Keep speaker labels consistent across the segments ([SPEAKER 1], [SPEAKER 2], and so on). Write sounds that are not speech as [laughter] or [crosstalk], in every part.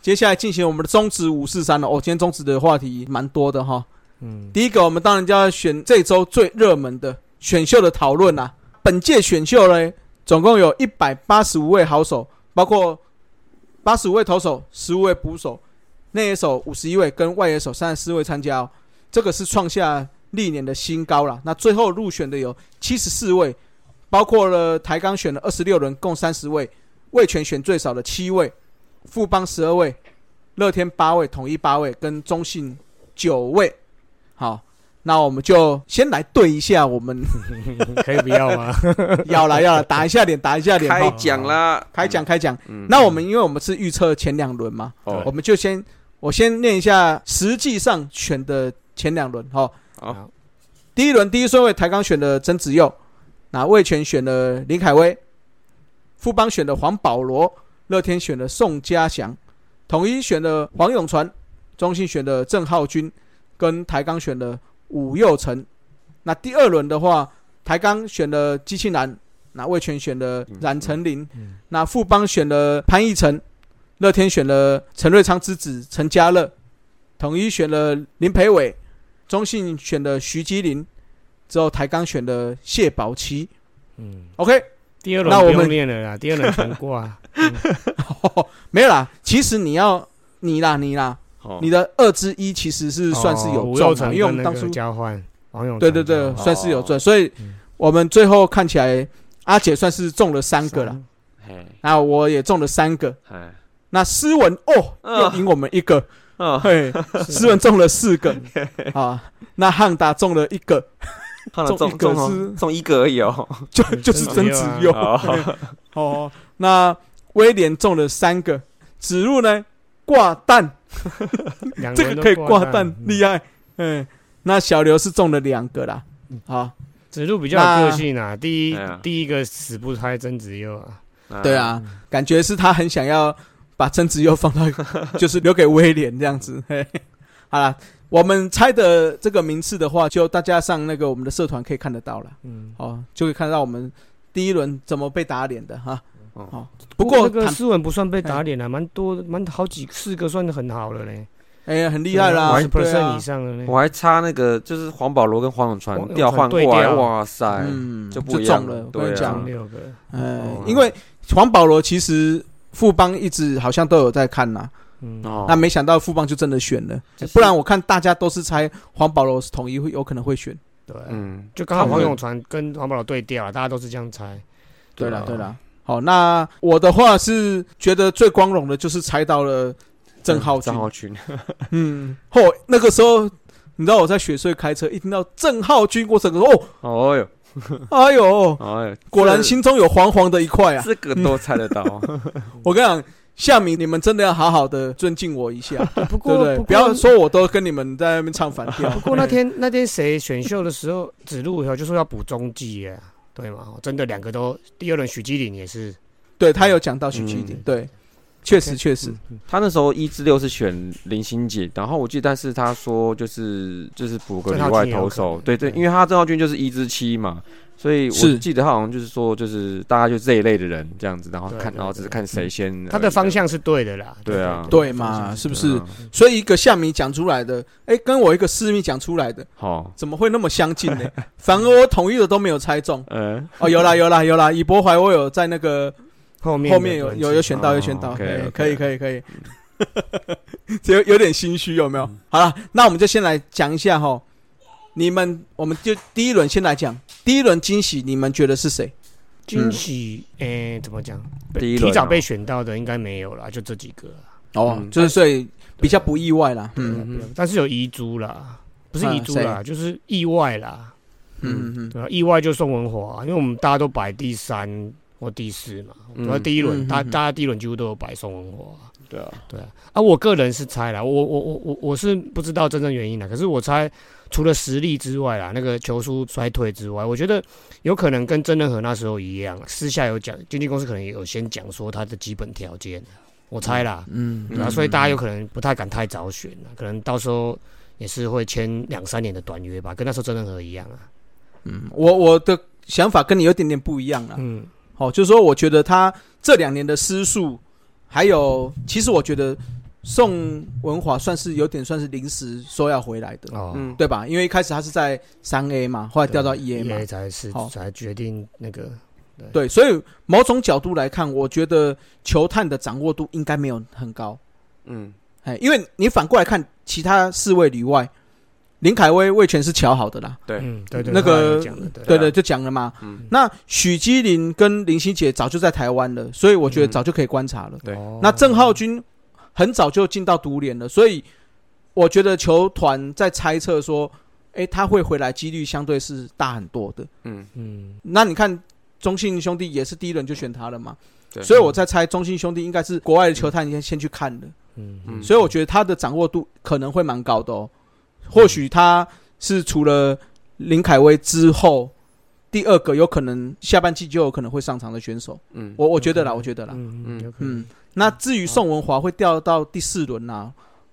[SPEAKER 1] 接下来进行我们的中职五四三了。哦，今天中职的话题蛮多的哈。
[SPEAKER 2] 嗯，
[SPEAKER 1] 第一个，我们当然就要选这周最热门的选秀的讨论啦。本届选秀呢，总共有一百八十五位好手，包括八十五位投手、十五位捕手、内野手五十一位跟外野手三十四位参加、哦，这个是创下历年的新高啦。那最后入选的有七十四位，包括了台钢选了二十六人，共三十位；味全选最少的七位，富邦十二位，乐天八位，统一八位，跟中信九位。好，那我们就先来对一下，我们 [laughs]
[SPEAKER 2] 可以不要 [laughs] 吗？
[SPEAKER 1] 要了要了，打一下脸，打一下脸，
[SPEAKER 3] 开
[SPEAKER 1] 好
[SPEAKER 3] 讲啦，
[SPEAKER 1] 开讲开讲。
[SPEAKER 3] 嗯。嗯
[SPEAKER 1] 那我们因为我们是预测前两轮嘛，
[SPEAKER 3] 哦
[SPEAKER 1] 我们就先我先念一下实际上选的前两轮哈。
[SPEAKER 3] 好
[SPEAKER 2] 好
[SPEAKER 1] 第一轮第一顺位台钢选了曾子佑，那魏全选了林凯威，富邦选了黄保罗，乐天选了宋家祥，统一选了黄永传，中信选了郑浩君，跟台钢选了武佑成。那第二轮的话，台钢选了姬庆然，那魏全选了冉成林，
[SPEAKER 2] 嗯
[SPEAKER 1] 那富邦选了潘奕晨，乐天选了陈瑞昌之子陈家乐，统一选了林培伟，中信选了徐基林，之后台钢选了谢宝琪。
[SPEAKER 2] 嗯，
[SPEAKER 1] OK， [laughs]
[SPEAKER 2] 第二轮
[SPEAKER 1] 那我
[SPEAKER 2] 不
[SPEAKER 1] 们
[SPEAKER 2] 用练了啦，第二轮全过啊。
[SPEAKER 1] 没有啦，其实你要你啦你啦，
[SPEAKER 3] 好
[SPEAKER 1] 你的二之一其实 [laughs] 是算是有
[SPEAKER 2] 哦吴
[SPEAKER 1] 中
[SPEAKER 2] 佑
[SPEAKER 1] 的，
[SPEAKER 2] 成
[SPEAKER 1] 因为我
[SPEAKER 2] 跟
[SPEAKER 1] 们
[SPEAKER 2] 那
[SPEAKER 1] 当初
[SPEAKER 2] 个交换王永成
[SPEAKER 1] 对对对
[SPEAKER 2] 交，换
[SPEAKER 1] 算是有
[SPEAKER 3] 哦
[SPEAKER 1] 赚，所以
[SPEAKER 2] 嗯
[SPEAKER 1] 我们最后看起来阿姐算是中了三个啦，
[SPEAKER 2] 三
[SPEAKER 3] 嘿，
[SPEAKER 1] 然后我也中了三个。
[SPEAKER 3] 哎，
[SPEAKER 1] 那诗文哦，又赢我们一
[SPEAKER 3] [laughs]
[SPEAKER 1] 个，
[SPEAKER 3] 嗯，
[SPEAKER 1] 嘿， [laughs] 诗
[SPEAKER 2] 啊
[SPEAKER 1] 文中了四
[SPEAKER 3] [laughs]
[SPEAKER 1] 个啊，那汉达中了一个，
[SPEAKER 3] 看了
[SPEAKER 1] 中
[SPEAKER 3] 中
[SPEAKER 1] 一个
[SPEAKER 3] 中哦
[SPEAKER 1] 是
[SPEAKER 3] 中一个而已哦。
[SPEAKER 1] 就
[SPEAKER 2] 嗯
[SPEAKER 1] 就是
[SPEAKER 2] 真
[SPEAKER 1] 曾
[SPEAKER 2] 的
[SPEAKER 1] 子
[SPEAKER 2] 啊
[SPEAKER 1] 佑
[SPEAKER 3] 哦，
[SPEAKER 1] [laughs] 哦，那威廉中了三个，子路呢挂蛋，
[SPEAKER 2] 两
[SPEAKER 1] 这个
[SPEAKER 2] 轮哎都
[SPEAKER 1] 可以挂蛋
[SPEAKER 2] 蛋，，
[SPEAKER 1] 厉害，嗯，那小刘是中了两个啦，
[SPEAKER 2] 嗯
[SPEAKER 1] 啊好，
[SPEAKER 2] 子路比较有
[SPEAKER 1] 那
[SPEAKER 2] 个性啊。第一
[SPEAKER 3] 哎呀
[SPEAKER 2] 第一个死不开曾子佑啊，
[SPEAKER 1] 对，啊，感觉是他很想要把曾子佑放
[SPEAKER 3] [laughs]
[SPEAKER 1] 到，就是留给威廉这样子。嘿，好了，我们猜的这个名次的话，就大家上那个我们的社团可以看得到了，
[SPEAKER 2] 嗯。
[SPEAKER 1] 哦，就可以看到我们第一轮怎么被打脸的哈。
[SPEAKER 3] 哦
[SPEAKER 1] 哦，不过
[SPEAKER 2] 那个
[SPEAKER 1] 坦
[SPEAKER 2] 斯文不算被打脸了，啊蛮多蛮好几四个算很好了嘞，
[SPEAKER 1] 哎呀很厉害啦，
[SPEAKER 2] 十
[SPEAKER 1] 对
[SPEAKER 2] percent
[SPEAKER 1] 啊
[SPEAKER 2] 以，上了嘞。
[SPEAKER 3] 我还差那个就是黄保罗跟黄永传
[SPEAKER 2] 黄永
[SPEAKER 3] 调
[SPEAKER 2] 传
[SPEAKER 3] 换过
[SPEAKER 2] 对
[SPEAKER 3] 来，
[SPEAKER 2] 调
[SPEAKER 3] 哇塞，
[SPEAKER 1] 嗯，
[SPEAKER 3] 就
[SPEAKER 1] 就
[SPEAKER 3] 不一样
[SPEAKER 1] 中
[SPEAKER 3] 了
[SPEAKER 1] 了。我跟
[SPEAKER 3] 对
[SPEAKER 1] 你
[SPEAKER 3] 啊
[SPEAKER 1] 讲，
[SPEAKER 2] 六个，
[SPEAKER 1] 呃
[SPEAKER 3] 哦，
[SPEAKER 1] 因为黄保罗其实富邦一直好像都有在看呐，
[SPEAKER 2] 嗯，
[SPEAKER 3] 哦
[SPEAKER 1] 那没想到富邦就真的选了，
[SPEAKER 3] 就是
[SPEAKER 1] 不然我看大家都是猜黄保罗是统一会有可能会选。
[SPEAKER 2] 对啊，
[SPEAKER 3] 嗯，
[SPEAKER 2] 就刚好黄永传跟黄宝老对调啊，大家都是这样猜。
[SPEAKER 1] 对了
[SPEAKER 3] 啊
[SPEAKER 1] 对了，好，那我的话是觉得最光荣的就是猜到了郑浩君
[SPEAKER 3] 郑，浩群， [laughs]
[SPEAKER 1] 嗯，哦，那个时候你知道我在雪穗开车，一听到郑浩君，我整个
[SPEAKER 3] [laughs]
[SPEAKER 1] 哦，
[SPEAKER 3] 哦哟，
[SPEAKER 1] 哎呦，
[SPEAKER 3] 哦哟，
[SPEAKER 1] 果然
[SPEAKER 3] 这
[SPEAKER 1] 心中有黄黄的一块啊！
[SPEAKER 3] 这个都猜得到，啊
[SPEAKER 1] 我跟你讲，夏米，你们真的要好好的尊敬我一下，[laughs]
[SPEAKER 2] 不
[SPEAKER 1] 对不
[SPEAKER 2] 过
[SPEAKER 1] 对？
[SPEAKER 2] 过
[SPEAKER 1] 不要说我都跟你们在那边唱反调。
[SPEAKER 2] 不过那天 [laughs] 那天谁选秀的时候，子路有就说要补中继耶，对嘛？真的两个都，第二轮许基林也是，
[SPEAKER 1] 对他有讲到徐奇
[SPEAKER 3] 嗯
[SPEAKER 1] 鼎，对，确实确实，
[SPEAKER 3] 他那时候一至六是选林心姐，然后我记得，但是他说就是就是补个里外投手，
[SPEAKER 2] 郑浩君也有可能
[SPEAKER 3] 对对，
[SPEAKER 2] 对
[SPEAKER 3] 因为他郑浩君就是一至七嘛，所以我
[SPEAKER 1] 是
[SPEAKER 3] 记得他好像就是说就是大家就这一类的人这样子，然后
[SPEAKER 2] 对
[SPEAKER 3] 看
[SPEAKER 2] 对
[SPEAKER 3] 然后只是看谁先呃而已，
[SPEAKER 2] 他的方向是对的啦。
[SPEAKER 3] 对啊
[SPEAKER 1] 对嘛？是不
[SPEAKER 3] 对
[SPEAKER 1] 是
[SPEAKER 3] 啊？？
[SPEAKER 1] 所以一个夏米讲出来的，哎，跟我一个私密讲出来的，
[SPEAKER 3] 好，
[SPEAKER 1] 怎么会那么相近
[SPEAKER 2] [laughs]
[SPEAKER 1] 呢？反而我统一的都没有猜中。
[SPEAKER 3] 呃，
[SPEAKER 1] 哦，有啦有啦有啦，以博怀我有在那个
[SPEAKER 2] 后面
[SPEAKER 1] 后面有
[SPEAKER 2] 的
[SPEAKER 1] 有有选到
[SPEAKER 3] 哦
[SPEAKER 1] 有选到，
[SPEAKER 3] OK，
[SPEAKER 1] 哎
[SPEAKER 3] OK
[SPEAKER 1] 可以可以可以， [laughs] 只有有点心虚有没
[SPEAKER 2] 嗯
[SPEAKER 1] 有？好了，那我们就先来讲一下哈，你们我们就第一轮先来讲，第一轮惊喜你们觉得是谁？
[SPEAKER 2] 惊喜，诶，怎么讲？被
[SPEAKER 3] 嗯第一轮
[SPEAKER 2] 提早
[SPEAKER 3] 哦
[SPEAKER 2] 被选到的应该没有啦，就这几个啦。
[SPEAKER 1] 哦
[SPEAKER 3] 嗯
[SPEAKER 1] 就是所以比较不意外啦，
[SPEAKER 2] 啊对啊
[SPEAKER 1] 嗯
[SPEAKER 3] 嗯
[SPEAKER 2] 对啊但是有遗珠啦，不是
[SPEAKER 1] 啊
[SPEAKER 2] 遗珠啦，就是意外啦。
[SPEAKER 1] 嗯嗯，
[SPEAKER 2] 对啊，意外就宋文华，啊因为我们大家都摆第三或第四嘛，
[SPEAKER 3] 嗯
[SPEAKER 2] 然后第一轮
[SPEAKER 1] 嗯
[SPEAKER 2] 大
[SPEAKER 1] 嗯嗯
[SPEAKER 2] 大家第一轮几乎都有摆宋文华。
[SPEAKER 3] 对啊，
[SPEAKER 2] 对啊，啊，我个人是猜啦，我我我我我是不知道真正原因的，可是我猜除了实力之外啦，那个球速衰退之外，我觉得有可能跟真人和那时候一样，私下有讲，经纪公司可能也有先讲说他的基本条件，我猜啦，
[SPEAKER 1] 嗯
[SPEAKER 2] 对啊，所以大家有可能不太敢太早选了，可能到时候也是会签两三年的短约吧，跟那时候真人和一样啊。
[SPEAKER 1] 嗯，我我的想法跟你有点点不一样啦，
[SPEAKER 2] 嗯，
[SPEAKER 1] 哦，就是说我觉得他这两年的失速，还有其实我觉得宋文华算是有点算是临时说要回来的，
[SPEAKER 2] 哦，
[SPEAKER 3] 嗯，
[SPEAKER 1] 对吧？因为一开始他是在三 A 嘛，后来调到一 A 嘛，
[SPEAKER 2] 也，E 才是
[SPEAKER 1] 好
[SPEAKER 2] 才决定那个
[SPEAKER 1] 对，所以某种角度来看，我觉得球探的掌握度应该没有很高。
[SPEAKER 3] 嗯，
[SPEAKER 1] 哎，因为你反过来看其他四位里外，林凯威魏权是瞧好的啦，
[SPEAKER 3] 对
[SPEAKER 2] 嗯，对对，
[SPEAKER 1] 那个
[SPEAKER 2] 后来有讲的，对
[SPEAKER 1] 对
[SPEAKER 3] 啊
[SPEAKER 1] 对，就讲了嘛。
[SPEAKER 3] 嗯
[SPEAKER 1] 那许基林跟林心姐早就在台湾了，所以我觉得早就可以观察了。
[SPEAKER 3] 对
[SPEAKER 2] 哦
[SPEAKER 1] 那郑浩君很早就进到独联了，所以我觉得球团在猜测说，哎，他会回来几率相对是大很多的。
[SPEAKER 3] 嗯，
[SPEAKER 2] 嗯，
[SPEAKER 1] 那你看中信兄弟也是第一轮就选他了嘛，
[SPEAKER 3] 对，
[SPEAKER 1] 所以我在猜中信兄弟应该是国外的球探先先去看的。
[SPEAKER 2] 嗯
[SPEAKER 3] 嗯
[SPEAKER 1] 所以我觉得他的掌握度可能会蛮高的哦。或许他是除了林凯威之后，第二个有可能下半季就有可能会上场的选手。
[SPEAKER 3] 嗯，
[SPEAKER 1] 我我觉得啦，
[SPEAKER 2] 有可能
[SPEAKER 1] 我觉得啦，
[SPEAKER 2] 嗯嗯
[SPEAKER 3] 嗯
[SPEAKER 2] 有可能
[SPEAKER 1] 嗯。那至
[SPEAKER 3] 哦
[SPEAKER 1] 于宋文华会掉到第四轮啦、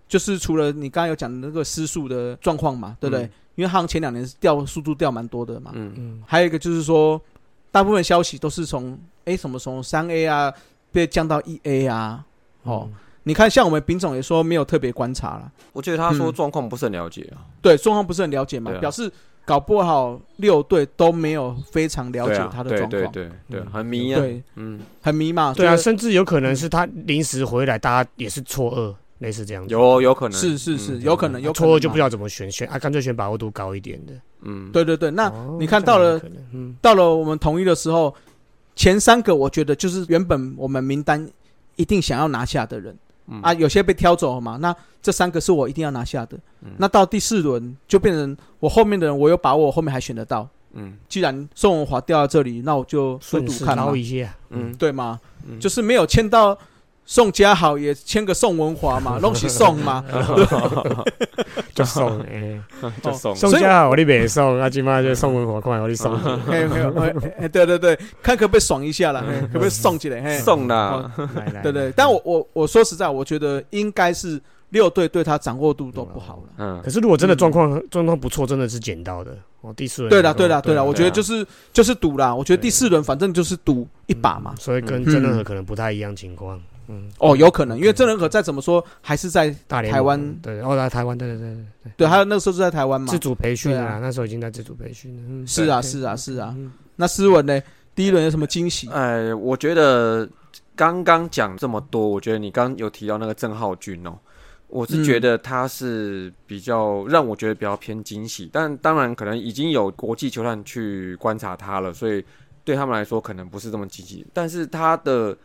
[SPEAKER 1] 就是除了你刚刚有讲的那个失速的状况嘛，对不对？
[SPEAKER 3] 嗯
[SPEAKER 1] 因为他好像前两年是掉速度掉蛮多的嘛。
[SPEAKER 3] 嗯
[SPEAKER 2] 嗯
[SPEAKER 1] 还有一个就是说，大部分消息都是从诶什么从三 A 啊被降到一 A 啊，
[SPEAKER 3] 嗯
[SPEAKER 1] 哦，
[SPEAKER 2] 嗯
[SPEAKER 1] 你看，像我们丙总也说没有特别观察了，
[SPEAKER 3] 我觉得他说
[SPEAKER 1] 嗯
[SPEAKER 3] 状况不是很了解啊，
[SPEAKER 1] 对状况不是很了解嘛，
[SPEAKER 3] 对啊
[SPEAKER 1] 表示搞不好六队都没有非常了
[SPEAKER 3] 对
[SPEAKER 1] 解
[SPEAKER 3] 啊
[SPEAKER 1] 他的
[SPEAKER 3] 对
[SPEAKER 1] 状
[SPEAKER 3] 对
[SPEAKER 1] 况，
[SPEAKER 3] 对对，
[SPEAKER 2] 嗯
[SPEAKER 3] 很迷啊，
[SPEAKER 1] 对，
[SPEAKER 3] 嗯，
[SPEAKER 1] 很迷嘛，
[SPEAKER 2] 对啊，
[SPEAKER 1] 所以
[SPEAKER 2] 甚至有可能是他临时回来，大家也是错愕，类似这样子。
[SPEAKER 3] 有有可能
[SPEAKER 1] 是是是，
[SPEAKER 3] 嗯
[SPEAKER 1] 有可能
[SPEAKER 2] 啊
[SPEAKER 1] 有可
[SPEAKER 2] 错
[SPEAKER 1] 能嘛
[SPEAKER 2] 愕就不知，道怎么选，选啊，干脆选把握度高一点的。
[SPEAKER 3] 嗯，
[SPEAKER 1] 对对对，那
[SPEAKER 2] 哦
[SPEAKER 1] 你看
[SPEAKER 2] 这样
[SPEAKER 1] 到
[SPEAKER 2] 有
[SPEAKER 1] 了
[SPEAKER 2] 可能嗯
[SPEAKER 1] 到了我们同意的时候，前三个我觉得就是原本我们名单一定想要拿下的人
[SPEAKER 3] 嗯
[SPEAKER 1] 啊，有些被挑走了嘛，那这三个是我一定要拿下的
[SPEAKER 3] 嗯，
[SPEAKER 1] 那到第四轮就变成我后面的人我有把握，我后面还选得到，
[SPEAKER 3] 嗯
[SPEAKER 1] 既然宋文华掉到这里，那我就赌
[SPEAKER 2] 顺
[SPEAKER 1] 赌
[SPEAKER 2] 势
[SPEAKER 1] 看嘛
[SPEAKER 2] 捞。一下，
[SPEAKER 3] 嗯，
[SPEAKER 1] 对嘛，
[SPEAKER 3] 嗯
[SPEAKER 1] 就是没有签到宋家豪，也签个宋文华嘛，弄起宋
[SPEAKER 3] [laughs]
[SPEAKER 1] 嘛，
[SPEAKER 2] 就
[SPEAKER 1] [laughs]
[SPEAKER 2] 送哎，
[SPEAKER 3] 就送
[SPEAKER 2] 送
[SPEAKER 1] 所以
[SPEAKER 2] 家好你别送，啊，今妈就送文火快，我你送。
[SPEAKER 1] 嘿嘿嘿嘿对对对，看可不可以爽一下啦，嘿可
[SPEAKER 3] [laughs]
[SPEAKER 1] 不可以送起来，嘿，
[SPEAKER 3] 送啦，
[SPEAKER 1] 哦，
[SPEAKER 2] 来来
[SPEAKER 1] [laughs] 对对，但我我我说实在，我觉得应该是六队对他掌握度都不好了。
[SPEAKER 3] 嗯
[SPEAKER 2] 可是如果真的状况状况不错，真的是捡到的。哦，第四轮
[SPEAKER 1] 对啦对啦对啦，
[SPEAKER 2] 啊
[SPEAKER 1] 我觉得就是就是赌啦，我觉得第四轮反正就是赌一把嘛
[SPEAKER 2] 嗯。所以跟
[SPEAKER 1] 嗯
[SPEAKER 2] 真人和可能不太一样情况。嗯，
[SPEAKER 1] 哦，有可能，因为
[SPEAKER 2] 对
[SPEAKER 1] 郑仁和再怎么说还是在
[SPEAKER 2] 大连
[SPEAKER 1] 台湾
[SPEAKER 2] 对，哦，来台湾对对对，
[SPEAKER 1] 对，还有那个时候是在台湾嘛
[SPEAKER 2] 自。主培训
[SPEAKER 1] 对啊
[SPEAKER 2] 啊，那时候已经在自主培训了。嗯
[SPEAKER 1] 是啊
[SPEAKER 2] 对
[SPEAKER 1] 是啊是啊。
[SPEAKER 2] 嗯
[SPEAKER 1] 那斯文呢？第一轮有什么惊喜？
[SPEAKER 3] 哎，我觉得刚刚讲这么多，我觉得你刚有提到那个郑浩君哦，我是觉得他是比较让我觉得比较偏惊喜，但当然可能已经有国际球探去观察他了，所以对他们来说可能不是这么积极，但是他的。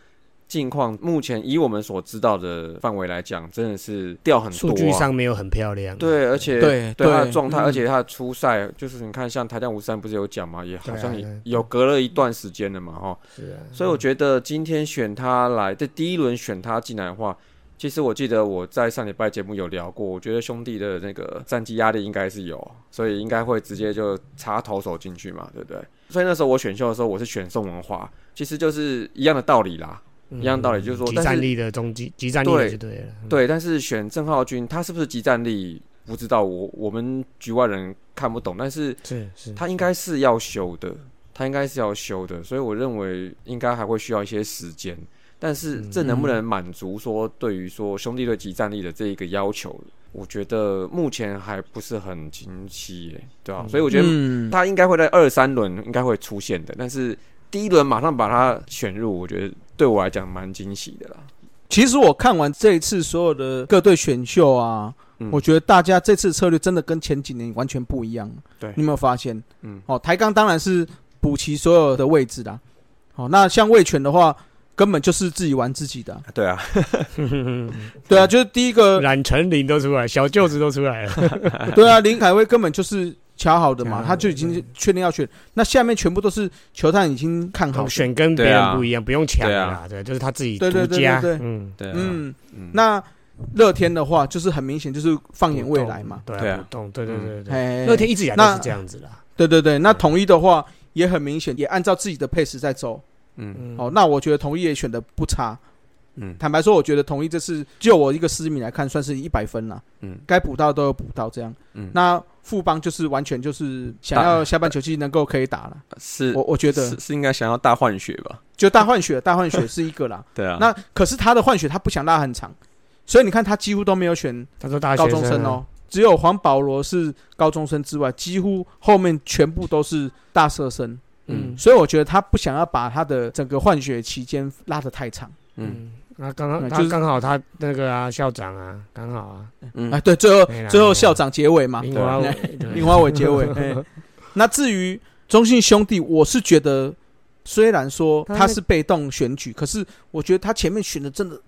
[SPEAKER 3] 近况目前以我们所知道的范围来讲，真的是掉很多、
[SPEAKER 2] 数
[SPEAKER 3] 啊。
[SPEAKER 2] 据上没有很漂亮。啊
[SPEAKER 3] 对，而且
[SPEAKER 1] 对
[SPEAKER 3] 对他的
[SPEAKER 1] 对
[SPEAKER 3] 状态，
[SPEAKER 1] 嗯
[SPEAKER 3] 而且他的初赛，就是你看，像台江五三不是有讲嘛，也好
[SPEAKER 2] 对
[SPEAKER 3] 像
[SPEAKER 2] 啊
[SPEAKER 3] 也
[SPEAKER 2] 对
[SPEAKER 3] 有隔了一段时间了嘛，哈。
[SPEAKER 2] 是啊，
[SPEAKER 3] 所以我觉得今天选他来，这第一轮选他进来的话，其实我记得我在上礼拜节目有聊过，我觉得兄弟的那个战绩压力应该是有，所以应该会直接就插投手进去嘛，对不对？
[SPEAKER 2] 嗯
[SPEAKER 3] 所以那时候我选秀的时候，我是选宋文华，其实就是一样的道理啦。
[SPEAKER 2] 嗯
[SPEAKER 3] 一样道理就是说
[SPEAKER 2] 集
[SPEAKER 3] 但是
[SPEAKER 2] 战力的中极集战力
[SPEAKER 3] 对
[SPEAKER 2] 的就对了。嗯，
[SPEAKER 3] 对，但是选郑浩君，他是不是集战力不知道我，我们局外人看不懂，但是
[SPEAKER 2] 是是，
[SPEAKER 3] 他应该是要修的，他应该是要修的，所以我认为应该还会需要一些时间。但是这能不能满足说对于说兄弟队集战力的这一个要求，我觉得目前还不是很清晰耶，对吧、
[SPEAKER 2] 嗯
[SPEAKER 3] 所以我
[SPEAKER 1] 我
[SPEAKER 3] 觉得
[SPEAKER 1] 嗯
[SPEAKER 3] 他应该会在二三轮应该会出现的，但是第一轮马上把他选入，我觉得对我来讲蛮惊喜的啦。
[SPEAKER 1] 其实我看完这一次所有的各队选秀啊，
[SPEAKER 3] 嗯
[SPEAKER 1] 我觉得大家这次策略真的跟前几年完全不一样。
[SPEAKER 3] 对
[SPEAKER 1] 你有没有发现？
[SPEAKER 3] 嗯
[SPEAKER 1] 哦，台钢当然是补齐所有的位置啦。哦，那像魏权的话，根本就是自己玩自己的啊、
[SPEAKER 3] 对啊，
[SPEAKER 1] 对
[SPEAKER 2] 嗯
[SPEAKER 1] 啊，就是第一个，
[SPEAKER 2] 冉成林都出来，小舅子都出来
[SPEAKER 3] [laughs]
[SPEAKER 2] 了。
[SPEAKER 1] 对啊，林凯威根本就是瞧好的
[SPEAKER 2] 瞧好
[SPEAKER 1] 嘛，
[SPEAKER 2] 的
[SPEAKER 1] 他就已经确定要选。那下面全部都是球探已经看好
[SPEAKER 2] 好
[SPEAKER 1] 的。
[SPEAKER 2] 选跟别
[SPEAKER 3] 对
[SPEAKER 2] 人
[SPEAKER 3] 啊
[SPEAKER 2] 不一样，不用抢
[SPEAKER 3] 对
[SPEAKER 2] 了
[SPEAKER 3] 啊
[SPEAKER 2] 啦，对，就是他自己
[SPEAKER 1] 对对
[SPEAKER 2] 独
[SPEAKER 1] 对
[SPEAKER 2] 家。
[SPEAKER 1] 对对
[SPEAKER 2] 嗯，
[SPEAKER 3] 对啊，
[SPEAKER 1] 嗯，
[SPEAKER 3] 嗯
[SPEAKER 1] 那乐天的话，就是很明显就是放眼未来嘛。
[SPEAKER 2] 对
[SPEAKER 3] 对
[SPEAKER 2] 啊，
[SPEAKER 3] 啊
[SPEAKER 2] 不动，对对对对对。
[SPEAKER 1] 哎，
[SPEAKER 2] 乐天一直以来都
[SPEAKER 1] 那
[SPEAKER 2] 是这样子啦。
[SPEAKER 1] 对对对，那统一的话也很明显，也按照自己的配置在走。
[SPEAKER 3] 嗯
[SPEAKER 2] 嗯
[SPEAKER 1] 哦，，那我觉得统一也选的不差。
[SPEAKER 3] 嗯
[SPEAKER 1] 坦白说，我觉得统一这次就我一个私迷来看，算是一百分了。
[SPEAKER 3] 嗯
[SPEAKER 1] 该补到都有补到，这样。
[SPEAKER 3] 嗯，
[SPEAKER 1] 那富邦就是完全就是想
[SPEAKER 3] 打
[SPEAKER 1] 要
[SPEAKER 2] 嗯
[SPEAKER 1] 下半球季能够可以打了。
[SPEAKER 3] 是
[SPEAKER 2] 呃
[SPEAKER 1] 我我觉得
[SPEAKER 3] 是是应该想要大换血吧？
[SPEAKER 2] [laughs]
[SPEAKER 1] 就大换血，大换血是一个啦。
[SPEAKER 3] 对啊，
[SPEAKER 1] 那可是他的换血他不想拉很长，所以你看他几乎都没有选
[SPEAKER 2] 他说大学
[SPEAKER 1] 高中生
[SPEAKER 2] 啊
[SPEAKER 1] 哦，，只有黄保罗是高中生之外，几乎后面全部都是大社生。
[SPEAKER 2] 嗯
[SPEAKER 1] 所以我觉得他不想要把他的整个换血期间拉得太长。
[SPEAKER 3] 嗯
[SPEAKER 2] 嗯，那刚刚
[SPEAKER 1] 嗯
[SPEAKER 2] 他
[SPEAKER 1] 就是
[SPEAKER 2] 刚好他那个啊校长啊，刚好啊，
[SPEAKER 3] 嗯
[SPEAKER 1] 哎，对，最后
[SPEAKER 2] 没啦
[SPEAKER 1] 最
[SPEAKER 2] 没
[SPEAKER 1] 后
[SPEAKER 2] 啦
[SPEAKER 1] 校长结尾嘛，
[SPEAKER 2] 林华伟，
[SPEAKER 1] 林华伟结尾。哎那至于中信兄弟，我是觉得虽然说他是被动选举，可是我觉得他前面选的真的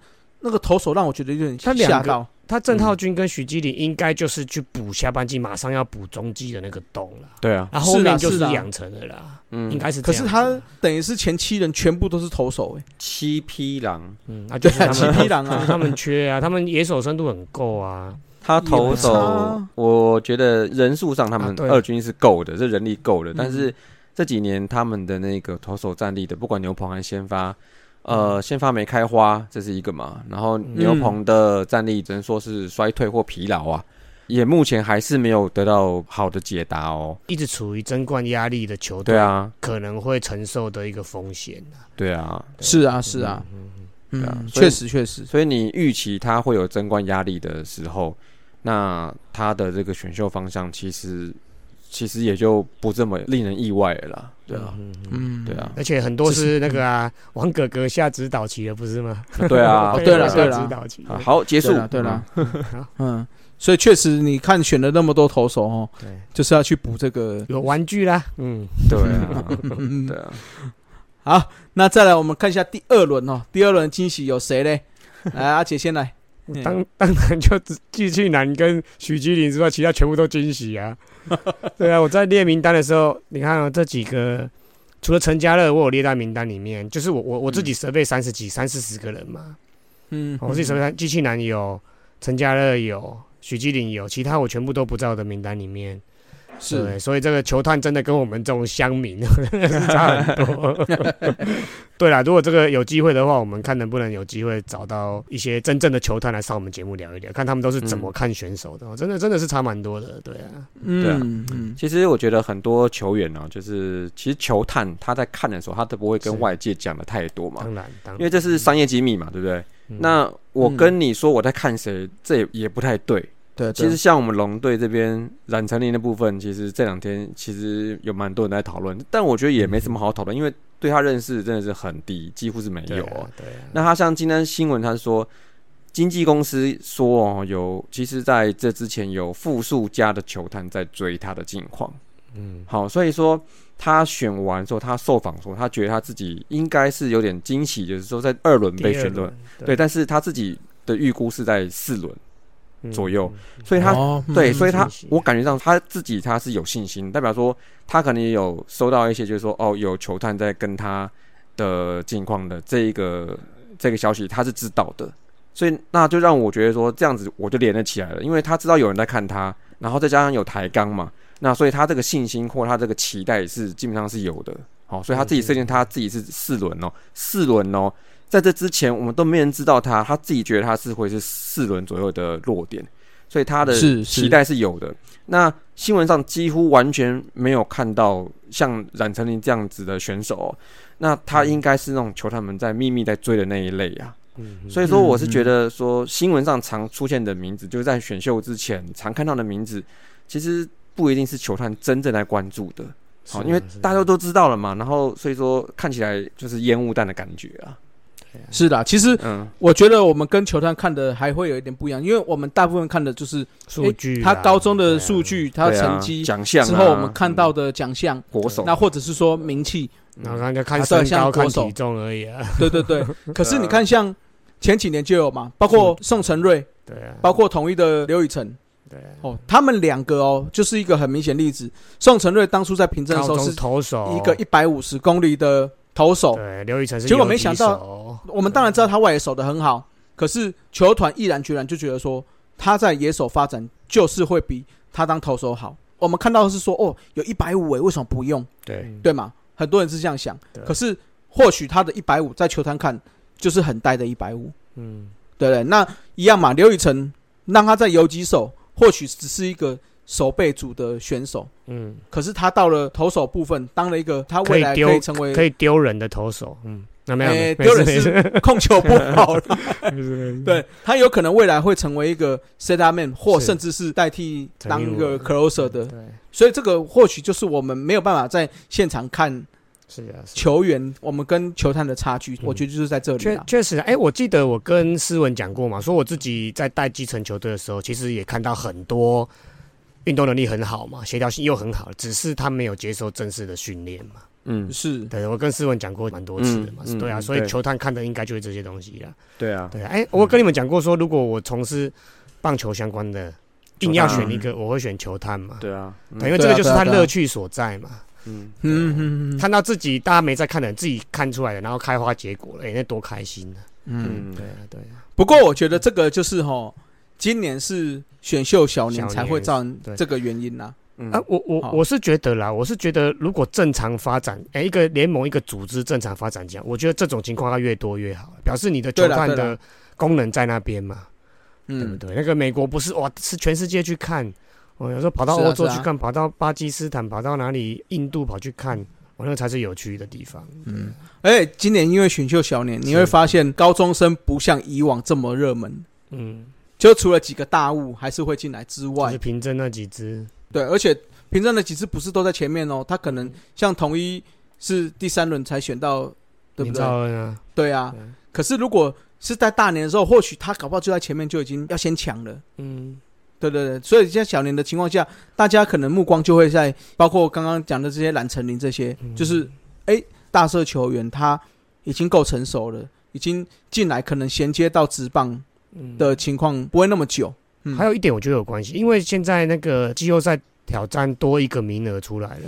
[SPEAKER 1] 那个投手让我觉得有点
[SPEAKER 2] 他两
[SPEAKER 1] 吓
[SPEAKER 2] 个
[SPEAKER 1] 到。
[SPEAKER 2] 他郑浩君跟许基林应该就是去补下半季马上要补中继的那个洞了，
[SPEAKER 3] 对啊，
[SPEAKER 2] 然后后面就是
[SPEAKER 1] 啦是啦
[SPEAKER 2] 养成的啦，应
[SPEAKER 3] 嗯，
[SPEAKER 2] 该是
[SPEAKER 1] 可
[SPEAKER 2] 这
[SPEAKER 1] 是
[SPEAKER 2] 样子啊。
[SPEAKER 1] 他等于是前七人全部都是投手、欸，
[SPEAKER 3] 七匹狼，
[SPEAKER 2] 嗯，那
[SPEAKER 1] [laughs]
[SPEAKER 2] 就是他
[SPEAKER 1] 对啊
[SPEAKER 2] 们
[SPEAKER 1] 七匹狼啊
[SPEAKER 2] 他们缺啊，他们野手深度很够啊。
[SPEAKER 3] 他
[SPEAKER 1] 也
[SPEAKER 3] 投
[SPEAKER 1] 不差啊
[SPEAKER 3] 手，我觉得人数上他
[SPEAKER 2] 啊
[SPEAKER 3] 们
[SPEAKER 2] 对
[SPEAKER 3] 二军是够的，这人力够的，
[SPEAKER 1] 嗯
[SPEAKER 3] 但是这几年他们的那个投手战力的，不管牛棚还是先发。呃，先发没开花，这是一个嘛。然后牛棚的战力只能说是衰退或疲劳啊，也目前还是没有得到好的解答哦。
[SPEAKER 2] 一直处于争冠压力的球队，
[SPEAKER 3] 对，啊，
[SPEAKER 2] 可能会承受的一个风险啊、
[SPEAKER 3] 对啊，
[SPEAKER 1] 是啊，是啊，
[SPEAKER 2] 嗯，嗯
[SPEAKER 1] 嗯，
[SPEAKER 3] 对啊所以
[SPEAKER 1] 确实确实，
[SPEAKER 3] 所以你预期他会有争冠压力的时候，那他的这个选秀方向其实其实也就不这么令人意外了啦。对啊，
[SPEAKER 2] 嗯嗯嗯
[SPEAKER 1] 嗯，
[SPEAKER 3] 对啊，
[SPEAKER 2] 而且很多
[SPEAKER 1] 这是
[SPEAKER 2] 是那个啊，王哥哥下指导棋了，不是吗？[laughs]
[SPEAKER 3] 对
[SPEAKER 1] [laughs]
[SPEAKER 3] 啊
[SPEAKER 1] 哦对
[SPEAKER 2] 了
[SPEAKER 1] 啦对啦
[SPEAKER 2] 下指导棋
[SPEAKER 3] 啊，好，结
[SPEAKER 1] 对
[SPEAKER 3] 束
[SPEAKER 1] 了，对了
[SPEAKER 3] 了，，
[SPEAKER 1] 嗯，所以确实你看选了那么多投手哦，
[SPEAKER 2] 对，
[SPEAKER 1] 就是要去补这个
[SPEAKER 2] 有玩具啦，嗯，
[SPEAKER 3] 对啊，
[SPEAKER 1] [laughs] 嗯
[SPEAKER 3] 对啊，
[SPEAKER 1] 好，那再来我们看一下第二轮哦，第二轮惊喜有谁嘞？
[SPEAKER 3] [laughs]
[SPEAKER 1] 来，阿姐先来。嗯
[SPEAKER 2] 当 [laughs] 当然就只季庆南跟许基林之外，其他全部都惊喜
[SPEAKER 1] [laughs]
[SPEAKER 2] 啊。对啊，我在列名单的时候，你看、哦、这几个，除了陈家乐，我有列在名单里面，就是我我我自己设备三十几、三四十个人嘛，
[SPEAKER 3] 哦
[SPEAKER 2] 哦
[SPEAKER 1] 嗯，
[SPEAKER 2] 我自己手上机器男有，陈家乐有，许基林有，其他我全部都不在我的名单里面。
[SPEAKER 1] 是
[SPEAKER 2] 对，所以这个球探真的跟我们这种乡民 [laughs] 真的是差很多。 [laughs] 对啦，如果这个有机会的话，我们看能不能有机会找到一些真正的球探来上我们节目聊一聊，看他们都是怎么看选手
[SPEAKER 3] 嗯
[SPEAKER 2] 的。真的真的是差蛮多的，对啊，
[SPEAKER 3] 对啊
[SPEAKER 1] 嗯嗯
[SPEAKER 3] 其实我觉得很多球员呢、啊就是其实球探他在看的时候，他都不会跟
[SPEAKER 2] 是
[SPEAKER 3] 外界讲的太多嘛，
[SPEAKER 1] 嗯
[SPEAKER 2] 当然当
[SPEAKER 3] 因为
[SPEAKER 2] 然。
[SPEAKER 3] 这是商业机密嘛，对不对？
[SPEAKER 2] 嗯
[SPEAKER 3] 那我跟你说我在看谁，这也也不太对。
[SPEAKER 2] 啊
[SPEAKER 1] 对，
[SPEAKER 3] 啊其实像我们龙队这边冉成林的部分，其实这两天其实有蛮多人在讨论，但我觉得也没什么好讨论，因为对他认识真的是很低，几乎是没
[SPEAKER 2] 对
[SPEAKER 3] 有
[SPEAKER 2] 啊
[SPEAKER 3] 哦。
[SPEAKER 2] 对啊，
[SPEAKER 3] 那他像今天新闻，他说经纪公司说哦，有其实在这之前有复数家的球探在追他的近况。
[SPEAKER 2] 嗯
[SPEAKER 3] 好，所以说他选完之后，他受访说他觉得他自己应该是有点惊喜，就是说在二
[SPEAKER 1] 嗯
[SPEAKER 3] 轮被
[SPEAKER 2] 第二
[SPEAKER 3] 选中
[SPEAKER 2] 轮，
[SPEAKER 3] 对，但是他自己的预估是在四轮，
[SPEAKER 2] 嗯
[SPEAKER 3] 左右
[SPEAKER 2] 嗯
[SPEAKER 3] 所以他
[SPEAKER 1] 哦
[SPEAKER 3] 对，
[SPEAKER 1] 嗯
[SPEAKER 3] 所以他
[SPEAKER 2] 信息
[SPEAKER 3] 我感觉上他自己他是有信心，代表说他可能也有收到一些，就是说哦，有球探在跟他的近况的这一个这个消息，他是知道的，所以那就让我觉得说这样子我就连得起来了，因为他知道有人在看他，然后再加上有抬杠嘛，那所以他这个信心或他这个期待是基本上是有的，好、所以他自己设定他自己是四轮哦，四轮哦。在这之前，我们都没人知道他，他自己觉得他是会是四轮左右的落点，所以他的
[SPEAKER 1] 是是
[SPEAKER 3] 期待是有的。那新闻上几乎完全没有看到像冉成林这样子的选手哦、那他应该是那种球探们在秘密在追的那一类啊。
[SPEAKER 2] 嗯嗯
[SPEAKER 3] 所以说，我是觉得说新闻上常出现的名字，就是在选秀之前常看到的名字，其实不一定是球探真正来关注的。好，
[SPEAKER 2] 是
[SPEAKER 3] 因为
[SPEAKER 2] 啊是啊
[SPEAKER 3] 大家都知道了嘛，然后所以说看起来就是烟雾弹的感觉啊。
[SPEAKER 1] 是的，其实
[SPEAKER 3] 嗯，
[SPEAKER 1] 我觉得我们跟球探看的还会有一点不一样，因为我们大部分看的就是
[SPEAKER 2] 数据
[SPEAKER 1] 他
[SPEAKER 2] 啦
[SPEAKER 1] 高中
[SPEAKER 2] 对
[SPEAKER 1] 的
[SPEAKER 2] 啊
[SPEAKER 1] 数据、他
[SPEAKER 3] 对啊
[SPEAKER 1] 成绩
[SPEAKER 3] 奖项啊嗯
[SPEAKER 1] 之后，我们看到的奖项，
[SPEAKER 3] 国手
[SPEAKER 1] 那或者是说名气，
[SPEAKER 2] 然后刚才看
[SPEAKER 1] 啊对
[SPEAKER 2] 身
[SPEAKER 1] 像
[SPEAKER 2] 高、看
[SPEAKER 1] 国手
[SPEAKER 2] 体重而已啊。
[SPEAKER 1] 对对
[SPEAKER 3] [laughs]
[SPEAKER 1] 对。可是
[SPEAKER 3] 啊
[SPEAKER 1] 你看，像前几年就有嘛，包括宋承瑞，
[SPEAKER 2] 对啊，
[SPEAKER 1] 包括统一的刘宇辰，
[SPEAKER 2] 对啊
[SPEAKER 1] 哦，他们两个哦，就是一个很明显例子。宋承瑞当初在平镇的
[SPEAKER 2] 高
[SPEAKER 1] 时候
[SPEAKER 2] 中
[SPEAKER 1] 是
[SPEAKER 2] 投手
[SPEAKER 1] 一个一百五十公里的投手，
[SPEAKER 2] 对刘宇辰是
[SPEAKER 1] 结果
[SPEAKER 2] 游
[SPEAKER 1] 没
[SPEAKER 2] 击
[SPEAKER 1] 想到
[SPEAKER 2] 手
[SPEAKER 1] 我们当然知道他外野手的很好，可是球团毅然决然就觉得说他在野手发展就是会比他当投手好。我们看到的是说哦，有一百五哎，为什么不用？
[SPEAKER 3] 对，
[SPEAKER 1] 对吗？很多人是这样想
[SPEAKER 2] 嗯对，
[SPEAKER 1] 可是或许他的一百五在球坛看就是很呆的一百五，
[SPEAKER 2] 嗯
[SPEAKER 1] 对不对？那一样嘛，刘宇辰让他在游击手，或许只是一个守备组的选手，
[SPEAKER 2] 嗯，
[SPEAKER 1] 可是他到了投手部分，当了一个他未来
[SPEAKER 2] 可以丢
[SPEAKER 1] 可以成为
[SPEAKER 2] 可以丢人的投手，嗯，那没有，
[SPEAKER 1] 哎
[SPEAKER 2] 没
[SPEAKER 1] 丢
[SPEAKER 2] 事
[SPEAKER 1] 人
[SPEAKER 2] 没
[SPEAKER 1] 是 [laughs]
[SPEAKER 2] 事，
[SPEAKER 1] 控球不好，
[SPEAKER 2] 没事没事 [laughs]
[SPEAKER 1] 对他有可能未来会成为一个 set up man，或
[SPEAKER 2] 是
[SPEAKER 1] 甚至是代替当一
[SPEAKER 2] 成
[SPEAKER 1] 个
[SPEAKER 2] 立
[SPEAKER 1] closer 的，
[SPEAKER 2] 对，
[SPEAKER 1] 所以这个或许就是我们没有办法在现场看
[SPEAKER 2] 是啊，是啊
[SPEAKER 1] 球员，我们跟球探的差
[SPEAKER 2] 嗯
[SPEAKER 1] 距，我觉得就是在这里
[SPEAKER 2] 确
[SPEAKER 1] 啦。
[SPEAKER 2] 确实，哎、我记得我跟思文讲过嘛，说我自己在带基层球队的时候，其实也看到很多运动能力很好嘛，协调性又很好，只是他没有接受正式的训练嘛。
[SPEAKER 3] 嗯，
[SPEAKER 1] 是，
[SPEAKER 2] 对，我跟思文讲过蛮多次的嘛，
[SPEAKER 3] 嗯嗯
[SPEAKER 2] 对啊，
[SPEAKER 3] 嗯
[SPEAKER 2] 所以
[SPEAKER 3] 对
[SPEAKER 2] 球探看的应该就是这些东西啦。
[SPEAKER 3] 对啊，
[SPEAKER 2] 对啊，哎、我跟你们讲过说，如果我从事棒球相关的，硬要
[SPEAKER 3] 嗯
[SPEAKER 2] 选一个，我会选球探嘛。
[SPEAKER 3] 对啊，嗯
[SPEAKER 2] 对，因为啊这个就是他乐趣所在嘛。
[SPEAKER 3] 嗯，
[SPEAKER 1] 嗯嗯嗯
[SPEAKER 2] 看到自己大家没在看的人，自己看出来了，然后开花结果了，哎、那多开心啊！
[SPEAKER 1] 嗯。
[SPEAKER 3] 嗯
[SPEAKER 2] 对啊，对啊，
[SPEAKER 1] 不过我觉得这个就是吼，今年是选秀小年
[SPEAKER 2] 小年
[SPEAKER 1] 才会造成
[SPEAKER 2] 对
[SPEAKER 1] 这个原因啦。
[SPEAKER 3] 嗯
[SPEAKER 2] 啊，我我
[SPEAKER 1] 好
[SPEAKER 2] 我是觉得啦，我是觉得如果正常发展，哎、一个联盟一个组织正常发展这样，我觉得这种情况要越多越好，表示你的球
[SPEAKER 1] 对啦
[SPEAKER 2] 探
[SPEAKER 1] 对
[SPEAKER 2] 的
[SPEAKER 1] 啦
[SPEAKER 2] 功能在那边嘛。对不
[SPEAKER 1] 嗯，
[SPEAKER 2] 对？那个美国不是哇，是全世界去看，我有时候跑到
[SPEAKER 1] 是啊
[SPEAKER 2] 欧洲
[SPEAKER 1] 是啊
[SPEAKER 2] 去看，跑到巴基斯坦，跑到哪里印度跑去看，我那个才是有趣的地方。
[SPEAKER 1] 而且哎今年因为选秀小年，你会
[SPEAKER 2] 是
[SPEAKER 1] 发现高中生不像以往这么热门，
[SPEAKER 2] 嗯，
[SPEAKER 1] 就除了几个大物还是会进来之
[SPEAKER 2] 就
[SPEAKER 1] 外
[SPEAKER 2] 是，凭证那几支，
[SPEAKER 1] 对，而且平镇的几次不是都在前面哦，他可能像统一是第三轮才选到，对
[SPEAKER 2] 林
[SPEAKER 1] 不对？
[SPEAKER 2] 兆恩啊，
[SPEAKER 1] 对啊
[SPEAKER 2] 对，
[SPEAKER 1] 可是如果是在大年的时候，或许他搞不好就在前面就已经要先抢了。
[SPEAKER 2] 嗯，
[SPEAKER 1] 对对对，所以在小年的情况下，大家可能目光就会在包括刚刚讲的这些蓝成林这些，
[SPEAKER 2] 嗯
[SPEAKER 1] 就是哎大社球员他已经够成熟了，已经进来可能衔接到职棒
[SPEAKER 2] 嗯
[SPEAKER 1] 的情况不会那么久。嗯
[SPEAKER 2] 还有一点我觉得有关系，因为现在那个季后赛挑战多一个名额出来了，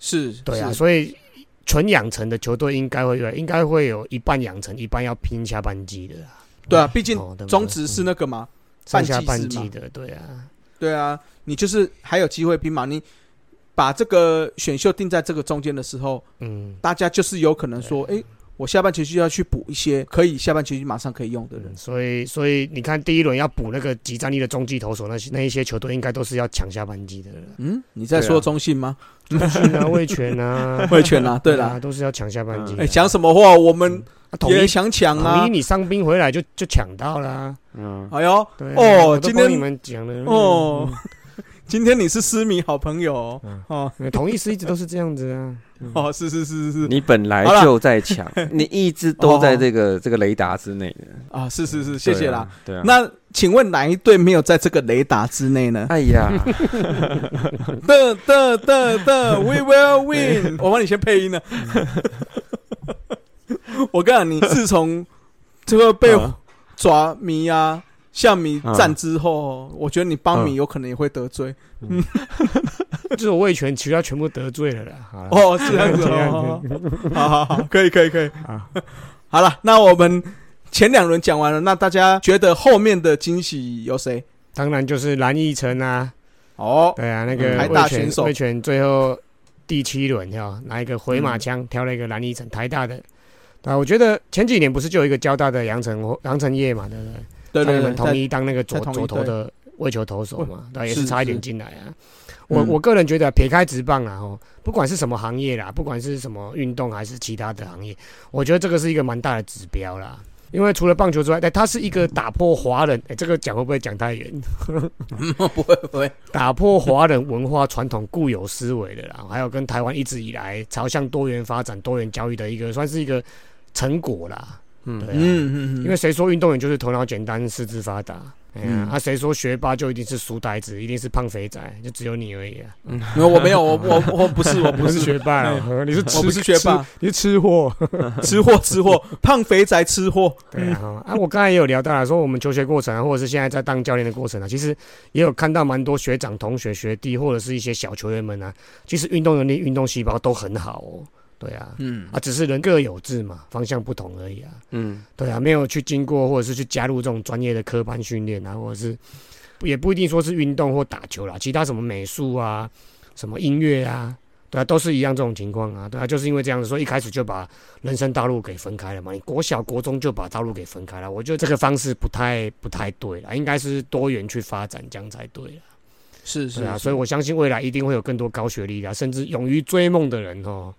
[SPEAKER 1] 是，
[SPEAKER 2] 对啊，
[SPEAKER 1] 是
[SPEAKER 2] 所以纯养成的球队应该会越来，应该会有一半养成，一半要拼下半季的啦。
[SPEAKER 1] 对啊，毕竟
[SPEAKER 2] 哦对不对
[SPEAKER 1] 中职是那个嘛，
[SPEAKER 2] 剩下
[SPEAKER 1] 半
[SPEAKER 2] 半
[SPEAKER 1] 季制嘛
[SPEAKER 2] 季的，对啊，
[SPEAKER 1] 对啊，你就是还有机会拼嘛。你把这个选秀定在这个中间的时候，
[SPEAKER 2] 嗯。
[SPEAKER 1] 大家就是有可能说，哎、我下半学期要去补一些可以下半学期马上可以用的人
[SPEAKER 2] 嗯，。所以所以你看，第一轮要补那个集战力的中继投手，那些那一些球队应该都是要抢下半季的
[SPEAKER 1] [laughs]
[SPEAKER 2] 了。
[SPEAKER 1] 嗯，你在
[SPEAKER 3] 对啊
[SPEAKER 1] 说中信吗？
[SPEAKER 2] 是啊，卫权啊，
[SPEAKER 1] 会权
[SPEAKER 2] [laughs]
[SPEAKER 1] 啦， [laughs] 对啦
[SPEAKER 2] 啊，。都是要抢下半季的。
[SPEAKER 1] 哎，讲什么话？我们
[SPEAKER 2] 啊统
[SPEAKER 1] 也
[SPEAKER 2] 一
[SPEAKER 1] 想抢
[SPEAKER 2] 统
[SPEAKER 1] 啊
[SPEAKER 2] 一，！你伤兵回来就就抢到啦、
[SPEAKER 3] 嗯，
[SPEAKER 1] 哎呦，
[SPEAKER 2] 对啊、
[SPEAKER 1] 哦
[SPEAKER 2] 我都
[SPEAKER 1] 今
[SPEAKER 2] 帮
[SPEAKER 1] 天
[SPEAKER 2] 你们讲了
[SPEAKER 1] 哦，今天你是思米好朋友哦
[SPEAKER 2] 嗯
[SPEAKER 1] 哦
[SPEAKER 2] 嗯同一师一直都是这样子啊。
[SPEAKER 1] 哦，是是是是是
[SPEAKER 3] 你本
[SPEAKER 1] 好啦
[SPEAKER 3] 来就在抢， [laughs] 你一直都在这个这个雷达之内的，
[SPEAKER 1] 啊，是是是，哦谢
[SPEAKER 3] 对
[SPEAKER 1] 谢
[SPEAKER 3] 啊
[SPEAKER 1] 啦。，
[SPEAKER 3] 对啊，
[SPEAKER 1] 那请问哪一队没有在这个雷达之内呢？
[SPEAKER 3] 哎
[SPEAKER 1] [laughs]
[SPEAKER 3] 呀，
[SPEAKER 2] 嗯
[SPEAKER 1] 的的的的，We will
[SPEAKER 2] [laughs]
[SPEAKER 1] win！我帮你先配音呢。
[SPEAKER 2] 嗯
[SPEAKER 1] 我告诉你，自从这个被
[SPEAKER 3] 嗯
[SPEAKER 1] 爪迷啊、象迷
[SPEAKER 2] 嗯
[SPEAKER 1] 战之后，我觉得你帮迷
[SPEAKER 3] 嗯
[SPEAKER 1] 有可能也会得罪。
[SPEAKER 2] 就是我卫权其他全部得罪了啦。好
[SPEAKER 1] [laughs]
[SPEAKER 2] 了，
[SPEAKER 1] 哦，是这样子
[SPEAKER 2] 这样 [laughs]
[SPEAKER 1] 哦。好好好，可以可以可以。
[SPEAKER 2] 啊
[SPEAKER 1] [laughs] 好了，那我们前两轮讲完了，那大家觉得后面的惊喜有谁？
[SPEAKER 2] 当然就是蓝奕晨啊，
[SPEAKER 1] 哦，
[SPEAKER 2] 对啊，那
[SPEAKER 3] 嗯
[SPEAKER 2] 个
[SPEAKER 1] 台
[SPEAKER 2] 卫
[SPEAKER 1] 大
[SPEAKER 2] 权
[SPEAKER 1] 选手
[SPEAKER 2] 卫权最后第七轮哈，拿一个回马
[SPEAKER 1] 嗯
[SPEAKER 2] 枪挑了一个蓝奕晨，台大的。啊，我觉得前几年不是就有一个交大的杨成杨成业嘛，对不
[SPEAKER 1] 对对
[SPEAKER 2] 对？他
[SPEAKER 1] 对，
[SPEAKER 2] 们统
[SPEAKER 1] 在
[SPEAKER 2] 一当那个左
[SPEAKER 1] 在统一
[SPEAKER 2] 左投
[SPEAKER 1] 队嗯
[SPEAKER 2] 的位球投手嘛，对，也
[SPEAKER 1] 是
[SPEAKER 2] 是差一点
[SPEAKER 1] 是
[SPEAKER 2] 进来啊。我
[SPEAKER 1] 嗯
[SPEAKER 2] 我个人觉得，撇开职棒啊，哦，不管是什么行业啦，不管是什么运动还是其他的行业，我觉得这个是一个蛮大的指标啦。因为除了棒球之外，哎，它是一个打破华人，哎，这个讲会不会讲太远？
[SPEAKER 1] 不会不会，
[SPEAKER 2] 打破华人文化传统固有思维的啦，还有跟台湾一直以来朝向多元发展、多元教育的一个，算是一个成果啦。对
[SPEAKER 3] 嗯，
[SPEAKER 2] 啊，
[SPEAKER 1] 嗯嗯，
[SPEAKER 2] 因为谁说运动员就是头脑简单、四肢发达？哎呀
[SPEAKER 1] 嗯，
[SPEAKER 2] 啊，谁说学霸就一定是书呆子，一定是胖肥仔？就只有你而已啊！
[SPEAKER 1] 没有我没有我我我不是我
[SPEAKER 2] 你不
[SPEAKER 1] 不是
[SPEAKER 2] 是
[SPEAKER 1] 哦
[SPEAKER 2] [laughs] 学霸啊，你是吃
[SPEAKER 1] 我不是学霸
[SPEAKER 2] 吃你是吃货。
[SPEAKER 1] 吃货吃货，胖肥宅吃
[SPEAKER 2] [laughs]
[SPEAKER 1] 货。
[SPEAKER 2] 对啊，哈啊，我刚才也有聊到了，说我们求学过程啊，或者是现在在当教练的过程啊，其实也有看到蛮多学长、同学、学弟，或者是一些小球员们啊，其实运动能力、运动细胞都很好哦。对啊，
[SPEAKER 1] 嗯
[SPEAKER 2] 啊，只是人各有志嘛，方向不同而已啊。
[SPEAKER 3] 嗯，
[SPEAKER 2] 对啊，没有去经过或者是去加入这种专业的科班训练啊，或者是也不一定说是运动或打球啦，其他什么美术啊、什么音乐啊，对啊，都是一样这种情况啊，对啊，就是因为这样子，所以一开始就把人生道路给分开了嘛。你国小、国中就把道路给分开了，我觉得这个方式不太不太对啦，应该是多元去发展，这样才对啦。
[SPEAKER 1] 是是
[SPEAKER 2] 啊对啊，所以我相信未来一定会有更多高学历啊，甚至勇于追梦的人哦，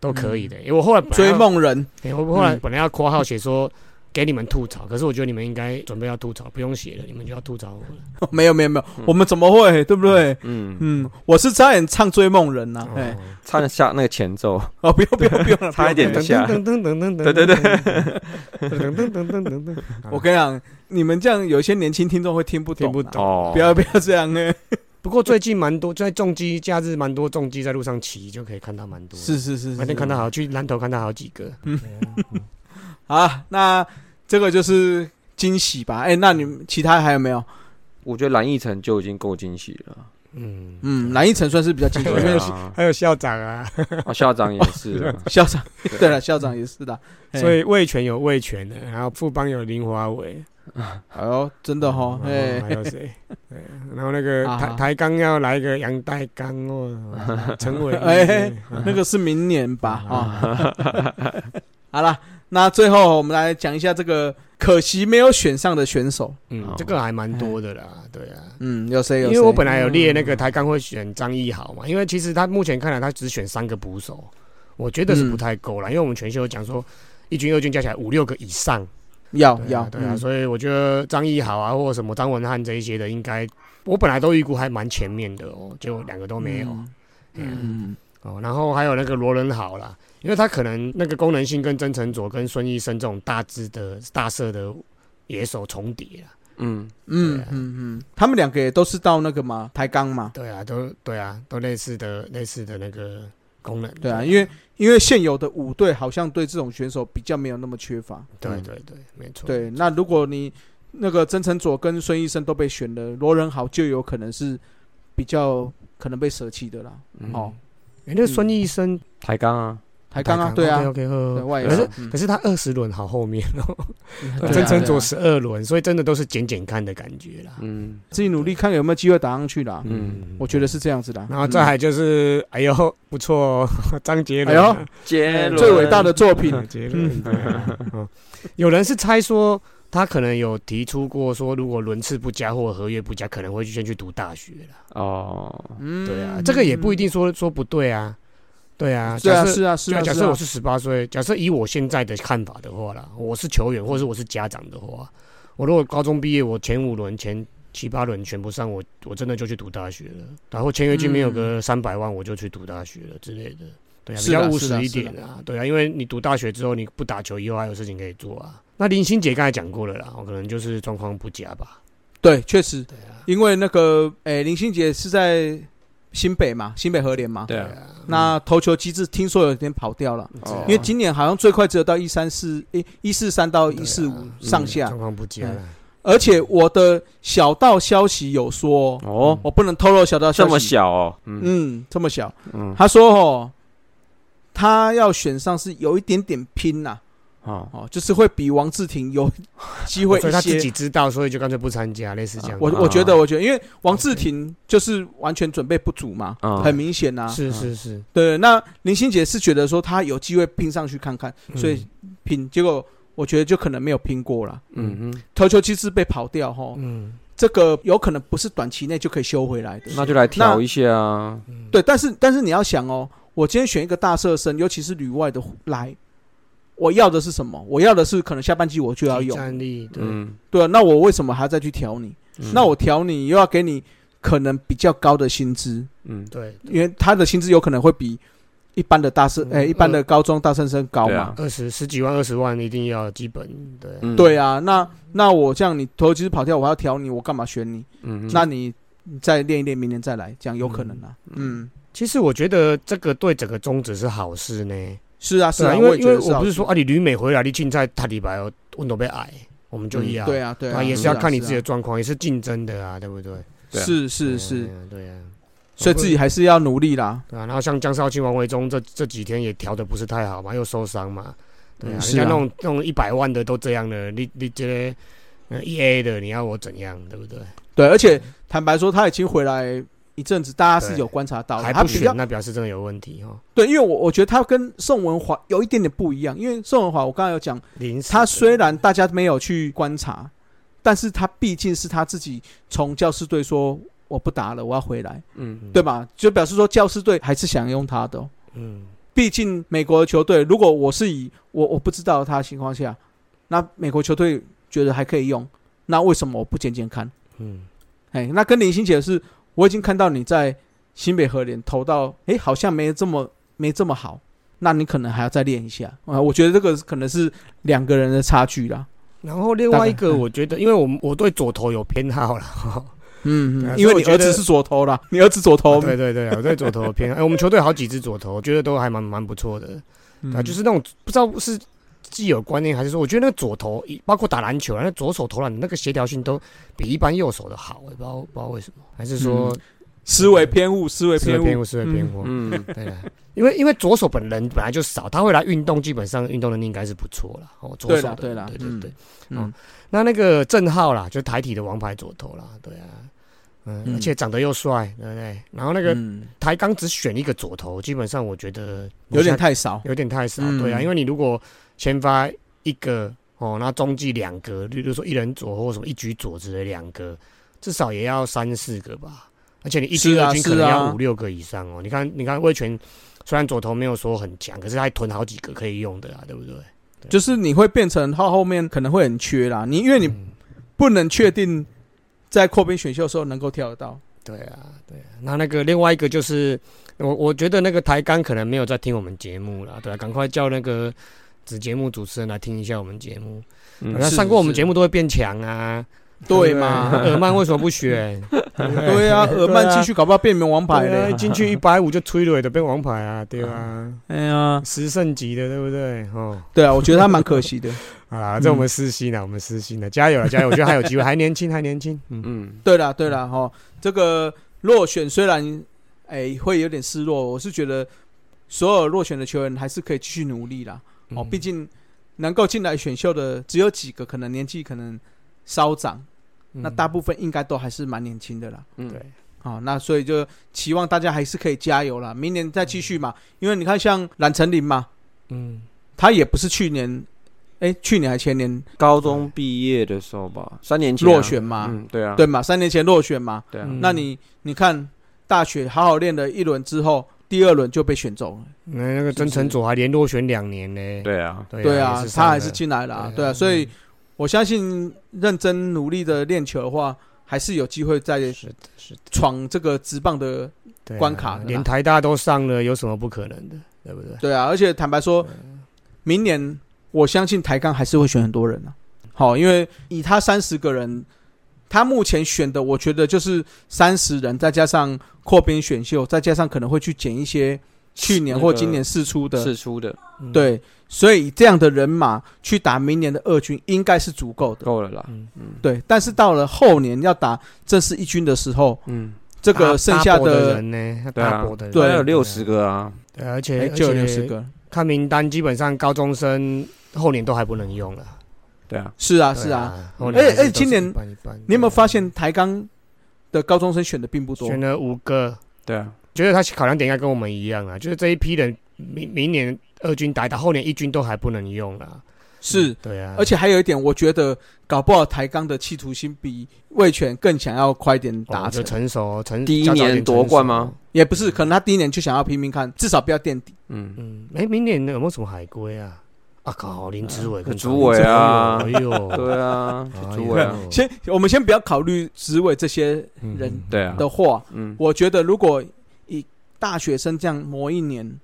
[SPEAKER 2] 都可以的。因为我后来本
[SPEAKER 1] 嗯
[SPEAKER 2] 来
[SPEAKER 1] 追
[SPEAKER 2] 要，
[SPEAKER 1] 梦
[SPEAKER 2] [laughs]
[SPEAKER 1] 人，
[SPEAKER 2] 哎我后来
[SPEAKER 1] 嗯
[SPEAKER 2] 本来要括号写说给你们吐槽，可是我觉得你们应该准备要吐槽，不用写了，你们就要吐槽我了。
[SPEAKER 1] 没有没有没
[SPEAKER 2] 嗯
[SPEAKER 1] 有，我们怎么会对不对？
[SPEAKER 3] 嗯，
[SPEAKER 1] 嗯，我是差点唱追梦人呐，哎
[SPEAKER 2] 哦，
[SPEAKER 3] 差点下那个前奏，
[SPEAKER 1] 哦，不用不用不用了，
[SPEAKER 3] 差一点
[SPEAKER 1] 不用
[SPEAKER 3] 等下
[SPEAKER 2] 噔噔噔噔噔，
[SPEAKER 3] 对对对，
[SPEAKER 2] 噔噔噔噔噔噔，
[SPEAKER 1] 不用我跟你讲，你们这样有一些年轻听众会听不懂啊，
[SPEAKER 2] 嗯听不懂哦
[SPEAKER 3] 哦，
[SPEAKER 1] 不要不要这样哎，
[SPEAKER 2] 不过最近蛮多，在重机假日蛮多重机在路上骑，就可以看到蛮多。，
[SPEAKER 1] 是是是，
[SPEAKER 2] 那
[SPEAKER 1] 是
[SPEAKER 2] 天看到好去南头看到好几个。
[SPEAKER 1] 好，那这个就是惊喜吧？哎，那你们其他还有没有？
[SPEAKER 3] 我觉得蓝奕晨就已经够惊喜了，
[SPEAKER 2] 嗯，
[SPEAKER 1] 嗯，蓝奕晨算是比较惊喜，因
[SPEAKER 2] 对
[SPEAKER 1] 为
[SPEAKER 3] 对啊，
[SPEAKER 1] [laughs]
[SPEAKER 2] 还有校长啊，
[SPEAKER 3] 啊校长也是啊，
[SPEAKER 1] 校长， [laughs] 对了，校长也是的，嘿
[SPEAKER 2] [laughs] 所以魏权有魏权的，然后富邦有林华伟，
[SPEAKER 1] 哎呦，真的哈，
[SPEAKER 2] 然
[SPEAKER 1] 哎
[SPEAKER 2] 哦后，还有
[SPEAKER 1] [laughs]
[SPEAKER 2] 谁？对然后那个
[SPEAKER 1] 啊
[SPEAKER 2] 台台钢要来一个杨代刚哦，
[SPEAKER 1] [laughs]
[SPEAKER 2] 陈伟，
[SPEAKER 1] 哎
[SPEAKER 2] 嗯
[SPEAKER 1] 那个是明年吧？啊， [laughs] 好了，那最后我们来讲一下这个可惜没有选上的选手，
[SPEAKER 2] 嗯，这个还蛮多的啦，对啊。
[SPEAKER 1] 嗯，有哦谁有
[SPEAKER 2] 因
[SPEAKER 1] 谁？
[SPEAKER 2] 为我本来有列那个台钢会选张义豪嘛，因为其实他目前看来他只选三个捕手，我觉得是不太够
[SPEAKER 1] 嗯
[SPEAKER 2] 啦，因为我们全秀有讲说一军二军加起来五六个以上，
[SPEAKER 1] 要
[SPEAKER 2] 对
[SPEAKER 1] 要
[SPEAKER 2] 啊，对啊，
[SPEAKER 1] 嗯
[SPEAKER 2] 所以我觉得张义豪啊或者什么张文汉这一些的，应该我本来都预估还蛮前面的哦，结果两个都没有，嗯
[SPEAKER 1] 嗯，
[SPEAKER 2] 哦，然后还有那个罗仁豪啦，因为他可能那个功能性跟曾成佐跟孙医生这种大只的大射的野手重叠啦。
[SPEAKER 3] 嗯，
[SPEAKER 1] 嗯
[SPEAKER 2] 对啊
[SPEAKER 1] 嗯嗯，他们两个也都是到那个嘛台钢嘛，
[SPEAKER 2] 对啊，都对啊，都类似的类似的那个功能。
[SPEAKER 1] 对啊，因为因为现有的五队好像对这种选手比较没有那么缺乏。
[SPEAKER 2] 对
[SPEAKER 3] 嗯
[SPEAKER 2] 对对，没错。
[SPEAKER 1] 对，那如果你那个曾成佐跟孙医生都被选了，罗仁豪就有可能是比较可能被舍弃的啦。
[SPEAKER 3] 嗯
[SPEAKER 1] 哦，
[SPEAKER 2] 诶，那孙医生
[SPEAKER 3] 抬杠啊，
[SPEAKER 1] 台钢啊，对啊，
[SPEAKER 2] ，OK
[SPEAKER 1] 对
[SPEAKER 2] OK，
[SPEAKER 1] 外援
[SPEAKER 2] 可是
[SPEAKER 1] 啊嗯
[SPEAKER 2] 可是他二十轮好后面哦， [laughs]
[SPEAKER 1] 对啊
[SPEAKER 2] 真成
[SPEAKER 1] 对
[SPEAKER 2] 佐
[SPEAKER 1] 啊
[SPEAKER 2] 十二轮，所以真的都是捡捡看的感觉啦。
[SPEAKER 3] 嗯，
[SPEAKER 1] 自己努力看有没有机会打上去啦。
[SPEAKER 3] 嗯
[SPEAKER 1] 我觉得是这样子的。
[SPEAKER 2] 然后再
[SPEAKER 1] 嗯
[SPEAKER 2] 还就是，哎呦，不错哦， [laughs] 张杰伦
[SPEAKER 1] 哎
[SPEAKER 2] 啊，
[SPEAKER 1] 呦
[SPEAKER 3] 杰
[SPEAKER 1] 最伟大的作品，
[SPEAKER 2] 嗯杰伦，对啊嗯有人是猜说他可能有提出过说，如果轮次不佳或合约不佳，可能会先去读大学啦。
[SPEAKER 3] 哦，
[SPEAKER 1] 嗯
[SPEAKER 2] [laughs] 对啊，这个也不一定说说不对啊，对啊，
[SPEAKER 1] 是啊，
[SPEAKER 2] 假设
[SPEAKER 1] 是啊，是
[SPEAKER 2] 对
[SPEAKER 1] 啊，
[SPEAKER 2] 啊，假
[SPEAKER 1] 是
[SPEAKER 2] 设
[SPEAKER 1] 啊
[SPEAKER 2] 我是十八岁，假设以我现在的看法的话啦，我是球员或者是我是家长的话，我如果高中毕业，我前五轮、前七八轮全不上，我我真的就去读大学了，然后签约金没有个三百万，我就去读大学了之类的。对啊，
[SPEAKER 1] 嗯
[SPEAKER 2] 比
[SPEAKER 1] 是啦
[SPEAKER 2] 较务
[SPEAKER 1] 是啦
[SPEAKER 2] 实一
[SPEAKER 1] 是啦
[SPEAKER 2] 点啊，对啊，因为你读大学之后，你不打球以后还有事情可以做啊。那林心姐刚才讲过了啦，我可能就是状况不佳吧。
[SPEAKER 1] 对，确实，因为那个诶，林心杰是在新北嘛，新北和联嘛，
[SPEAKER 3] 对啊，
[SPEAKER 2] 啊，
[SPEAKER 1] 那投球机制听说有点跑掉
[SPEAKER 2] 嗯
[SPEAKER 1] 了。
[SPEAKER 3] 哦
[SPEAKER 1] 因为今年好像最快只有到一三四一一四三到一四五上下嗯
[SPEAKER 2] 啊嗯状，况不佳啦，
[SPEAKER 1] 而且我的小道消息有说，
[SPEAKER 3] 哦，
[SPEAKER 1] 我不能透露小道消
[SPEAKER 3] 这
[SPEAKER 1] 息，
[SPEAKER 3] 么，小哦，嗯
[SPEAKER 1] 嗯，这么小。
[SPEAKER 3] 嗯，
[SPEAKER 1] 他说哦，他要选上是有一点点拼呐、
[SPEAKER 3] 好，
[SPEAKER 1] 哦，就是会比王志廷有机会
[SPEAKER 2] 哦所
[SPEAKER 1] 一
[SPEAKER 2] 以他自己
[SPEAKER 1] 些。
[SPEAKER 2] 知道，所以就干脆不参加，类似这样。
[SPEAKER 1] 我
[SPEAKER 3] 啊
[SPEAKER 1] 我觉得，我觉得，因为王志廷就是完全准备不足嘛，
[SPEAKER 3] 啊
[SPEAKER 1] 很明显呐、
[SPEAKER 2] 是是是，
[SPEAKER 1] 对，那林心姐是觉得说她有机会拼上去看看，
[SPEAKER 2] 嗯
[SPEAKER 1] 所以拼，结果我觉得就可能没有拼过了。
[SPEAKER 3] 嗯哼，
[SPEAKER 1] 投球机制被跑掉哈，
[SPEAKER 2] 嗯。
[SPEAKER 1] 这个有可能不是短期内就可以修回来的。
[SPEAKER 3] 那就来调一下啊，
[SPEAKER 1] 对，但是但是你要想哦，我今天选一个大射身，尤其是旅外的来，我要的是什么？我要的是可能下半季我就要
[SPEAKER 2] 集
[SPEAKER 1] 用，
[SPEAKER 2] 战力，对，
[SPEAKER 3] 嗯，
[SPEAKER 1] 对啊，那我为什么还要再去调你？
[SPEAKER 3] 嗯
[SPEAKER 1] 那我调你又要给你可能比较高的薪资，
[SPEAKER 3] 嗯，
[SPEAKER 2] 对，
[SPEAKER 1] 因为他的薪资有可能会比一般的大射，
[SPEAKER 2] 嗯
[SPEAKER 1] 诶、一般的高中大生生高
[SPEAKER 3] 对
[SPEAKER 1] 嘛
[SPEAKER 3] 啊。
[SPEAKER 2] 二十十几万、二十万一定要基本，对，
[SPEAKER 3] 嗯
[SPEAKER 1] 对，啊，那那我这样你投机跑掉，我还要调你，我干嘛选你？
[SPEAKER 3] 嗯，
[SPEAKER 1] 那你你再练一练，明年再来，这样有可能啊。
[SPEAKER 3] 嗯
[SPEAKER 1] 嗯，
[SPEAKER 2] 其实我觉得这个对整个宗旨是好事呢，
[SPEAKER 1] 是啊，是
[SPEAKER 2] 对
[SPEAKER 1] 啊，
[SPEAKER 2] 啊，因
[SPEAKER 1] 我
[SPEAKER 2] 为
[SPEAKER 1] 也
[SPEAKER 2] 因
[SPEAKER 1] 觉
[SPEAKER 2] 为
[SPEAKER 1] 得
[SPEAKER 2] 我
[SPEAKER 1] 好
[SPEAKER 2] 不是
[SPEAKER 1] 事
[SPEAKER 2] 说啊，你旅美回来，你竞赛塔里白温度被矮，我们就
[SPEAKER 3] 嗯
[SPEAKER 2] 一样，
[SPEAKER 1] 对啊，对啊，
[SPEAKER 2] 也是
[SPEAKER 1] 啊
[SPEAKER 2] 要看你
[SPEAKER 1] 是啊
[SPEAKER 2] 自己的状况，也是竞争的啊，对不对？
[SPEAKER 3] 对啊
[SPEAKER 1] 是是
[SPEAKER 2] 对
[SPEAKER 1] 是，
[SPEAKER 2] 啊，对啊，
[SPEAKER 1] 所以自己还是要努力啦。
[SPEAKER 2] 对啊，然后像江少卿、王维忠这这几天也调的不是太好嘛，又受伤嘛，对
[SPEAKER 1] 嗯
[SPEAKER 2] 啊，人
[SPEAKER 1] 是啊
[SPEAKER 2] 家那种那种一百万的都这样了，你你这呃 E A 的，你要我怎样，对不对？
[SPEAKER 1] 对，而且坦白说，他已经回来一阵子，大家是有观察到的，
[SPEAKER 2] 还
[SPEAKER 1] 他
[SPEAKER 2] 不
[SPEAKER 1] 比较
[SPEAKER 2] 选，那表示真的有问题哦。
[SPEAKER 1] 对，因为我我觉得他跟宋文华有一点点不一样，因为宋文华我刚才有讲，
[SPEAKER 2] 临时
[SPEAKER 1] 他
[SPEAKER 2] 的
[SPEAKER 1] 虽然大家没有去观察，但是他毕竟是他自己从教师队说我不打了，我要回来，
[SPEAKER 3] 嗯，
[SPEAKER 1] 对吧？就表示说教师队还是想用他的哦、
[SPEAKER 2] 嗯，
[SPEAKER 1] 毕竟美国的球队，如果我是以我我不知道他的情况下，那美国球队觉得还可以用，那为什么我不捡捡看？
[SPEAKER 2] 嗯，
[SPEAKER 1] 哎，那跟林心姐是，我已经看到你在新北和联投到，哎，好像没这么没这么好，那你可能还要再练一下啊。我觉得这个可能是两个人的差距啦。
[SPEAKER 2] 然嗯后另外一
[SPEAKER 1] 大
[SPEAKER 2] 个，
[SPEAKER 1] 概
[SPEAKER 2] 我觉得，因为我我对左投有偏好了，
[SPEAKER 1] 嗯，
[SPEAKER 2] 对啊
[SPEAKER 1] 嗯因为你
[SPEAKER 2] 所以我觉
[SPEAKER 1] 儿子
[SPEAKER 2] 得啊
[SPEAKER 1] 是左投啦，你儿子左投，
[SPEAKER 2] 哦对对 [laughs] 对，我对左投有偏好。哎，我们球队好几支左投，我觉得都还蛮蛮不错的。
[SPEAKER 1] 嗯
[SPEAKER 2] 啊，就是那种不知道是既有观念，还是说，我觉得那个左投，包括打篮球啊，那左手投篮的那个协调性都比一般右手的好，我也不知道不知道为什么，还是说
[SPEAKER 1] 思维偏误，思维
[SPEAKER 2] 是会
[SPEAKER 1] 偏
[SPEAKER 2] 偏
[SPEAKER 1] 误，
[SPEAKER 2] 误，是会偏误。
[SPEAKER 3] 嗯，
[SPEAKER 2] 对啊，因为因为左手本人本来就少，他会来运动，基本上运动能力应该是不错了。哦，左
[SPEAKER 1] 对
[SPEAKER 2] 手
[SPEAKER 1] 啦
[SPEAKER 2] 的，
[SPEAKER 1] 对啦
[SPEAKER 2] 对对
[SPEAKER 1] 嗯
[SPEAKER 2] 对。
[SPEAKER 1] 嗯
[SPEAKER 2] 哦，那那个郑浩啦，就台体的王牌左投啦，对啊，嗯，
[SPEAKER 1] 嗯
[SPEAKER 2] 而且长得又帅，对不对？然后那个
[SPEAKER 1] 嗯，
[SPEAKER 2] 台钢只选一个左投，基本上我觉得
[SPEAKER 1] 有点太少。
[SPEAKER 2] 有点太少，
[SPEAKER 1] 嗯
[SPEAKER 2] 对啊，因为你如果先发一个哦，那中继两个，例如说一人左或什么一局左之类两个，至少也要三四个吧。而且你一
[SPEAKER 1] 是
[SPEAKER 2] 军
[SPEAKER 1] 啊
[SPEAKER 2] 二军可能
[SPEAKER 1] 是啊
[SPEAKER 2] 要五六个以上哦。你看，你看魏权虽然左投没有说很强，可是他还囤好几个可以用的啊，对不对？
[SPEAKER 1] 就是你会变成他后面可能会很缺啦，你因为你
[SPEAKER 2] 嗯
[SPEAKER 1] 不能确定在扩编选秀的时候能够跳得到。
[SPEAKER 2] 对啊，对啊。那那个另外一个就是，我我觉得那个台钢可能没有在听我们节目啦，对啊，赶快叫那个子节目主持人来听一下我们节目。
[SPEAKER 3] 嗯
[SPEAKER 2] 那
[SPEAKER 1] 是
[SPEAKER 2] 上过我们
[SPEAKER 1] 是
[SPEAKER 2] 节目都会变强啊，
[SPEAKER 1] 对
[SPEAKER 2] 那
[SPEAKER 1] 嘛？
[SPEAKER 2] 尔曼为什么不选？
[SPEAKER 1] 对啊，尔曼继
[SPEAKER 2] 续
[SPEAKER 1] 续搞不好变名王牌
[SPEAKER 2] 对啊，
[SPEAKER 1] 嘞
[SPEAKER 2] 一。进去一百五就吹了的变王牌啊，对啊，
[SPEAKER 1] 哎呀，
[SPEAKER 2] 十胜级的，对不对？哦，
[SPEAKER 1] 对啊，我觉得他蛮可惜的。
[SPEAKER 2] 好
[SPEAKER 1] 嗯
[SPEAKER 2] 啦，这我们私心了，我们私心了，加油了，加油！我觉得还有机会，还年轻，还年轻。嗯，
[SPEAKER 3] 嗯，
[SPEAKER 1] 对啦，对啦，哈，这个落选虽然哎、会有点失落，我是觉得所有落选的球员还是可以继续努力啦。
[SPEAKER 2] 嗯
[SPEAKER 1] 哦，毕竟能够进来选秀的只有几个，可能年纪可能稍长，
[SPEAKER 2] 嗯
[SPEAKER 1] 那大部分应该都还是蛮年轻的啦。
[SPEAKER 3] 嗯
[SPEAKER 2] 对，
[SPEAKER 1] 啊，那所以就期望大家还是可以加油啦，明年再继续嘛。因为你看，像冉成林嘛，
[SPEAKER 2] 嗯，
[SPEAKER 1] 他也不是去年，哎、去年还前年
[SPEAKER 3] 高中毕业的时候吧，三年前啊
[SPEAKER 1] 落选嘛，
[SPEAKER 3] 嗯，对啊，
[SPEAKER 1] 对嘛，三年前落选嘛。
[SPEAKER 3] 对啊，
[SPEAKER 2] 嗯
[SPEAKER 1] 那你你看，大学好好练了一轮之后，第二轮就被选中了。
[SPEAKER 2] 那那个曾成佐还连落选两年呢。
[SPEAKER 3] 对啊，
[SPEAKER 1] 对啊，他还是
[SPEAKER 2] 进
[SPEAKER 1] 进来了、啊，
[SPEAKER 2] 对
[SPEAKER 1] 对
[SPEAKER 2] 啊
[SPEAKER 1] 啊，所以我相信认真努力的练球的话，还是有机会再
[SPEAKER 2] 是的是的
[SPEAKER 1] 闯这个职棒的。
[SPEAKER 2] 对啊
[SPEAKER 1] 关卡的啦
[SPEAKER 2] 连台大都上了，有什么不可能的？对不对？
[SPEAKER 1] 对啊，而且坦白说，明年我相信台钢还是会选很多人啊。好，因为以他三十个人，他目前选的，我觉得就是三十人，再加上扩编选秀，再加上可能会去捡一些去年或今年试出的，
[SPEAKER 3] 试出的
[SPEAKER 2] 嗯，
[SPEAKER 1] 对，所以这样的人马去打明年的二军应该是足够的。
[SPEAKER 3] 够了啦，
[SPEAKER 2] 嗯
[SPEAKER 3] 嗯
[SPEAKER 1] 对，但是到了后年要打正式一军的时候，
[SPEAKER 3] 嗯，
[SPEAKER 1] 这个
[SPEAKER 2] 大
[SPEAKER 1] 剩下
[SPEAKER 2] 大波的人呢，
[SPEAKER 3] 对啊
[SPEAKER 2] 大波的人
[SPEAKER 1] 对
[SPEAKER 3] 还有六十个啊，
[SPEAKER 2] 对而
[SPEAKER 1] 哎
[SPEAKER 2] 且
[SPEAKER 1] 就有
[SPEAKER 2] 而
[SPEAKER 1] 六
[SPEAKER 2] 且
[SPEAKER 1] 十个。
[SPEAKER 2] 看名单，基本上高中生后年都还不能用了。
[SPEAKER 3] 对啊，
[SPEAKER 1] 是啊，
[SPEAKER 2] 对
[SPEAKER 1] 是啊。，
[SPEAKER 2] 后年
[SPEAKER 1] 哎
[SPEAKER 2] 还是
[SPEAKER 1] 哎
[SPEAKER 2] 都是
[SPEAKER 1] 今年
[SPEAKER 2] 一般一般
[SPEAKER 1] 你有没有发现台钢的高中生选的并不多？
[SPEAKER 2] 选了五个？
[SPEAKER 3] 对啊，
[SPEAKER 2] 觉得他考量点应该跟我们一样啊，就是这一批人明明年二军打一打，后年一军都还不能用啊。
[SPEAKER 1] 是，
[SPEAKER 2] 对啊，
[SPEAKER 1] 而且还有一点，我觉得搞不好台钢的企图心比魏权更想要快点达成
[SPEAKER 2] 打哦就，成熟成
[SPEAKER 3] 第一
[SPEAKER 2] 较早
[SPEAKER 3] 年
[SPEAKER 2] 点
[SPEAKER 3] 夺
[SPEAKER 2] 成熟
[SPEAKER 3] 冠吗？
[SPEAKER 1] 也不是，可能他第一年就想要拼命看，至少不要垫底。
[SPEAKER 3] 嗯，
[SPEAKER 2] 嗯，哎，明年有没有什么海归啊？啊靠，林志
[SPEAKER 1] 嗯
[SPEAKER 2] 伟跟
[SPEAKER 3] 朱
[SPEAKER 2] 林
[SPEAKER 3] 伟
[SPEAKER 2] 志
[SPEAKER 3] 啊
[SPEAKER 2] 哎呦，
[SPEAKER 1] [laughs]
[SPEAKER 3] 对啊，
[SPEAKER 2] 哎呦
[SPEAKER 3] 朱伟啊，
[SPEAKER 1] 先，我们先不要考虑职委这些
[SPEAKER 2] 嗯
[SPEAKER 1] 人
[SPEAKER 3] 对啊，
[SPEAKER 1] 的话，
[SPEAKER 3] 嗯，
[SPEAKER 1] 我觉得如果以大学生这样磨一年，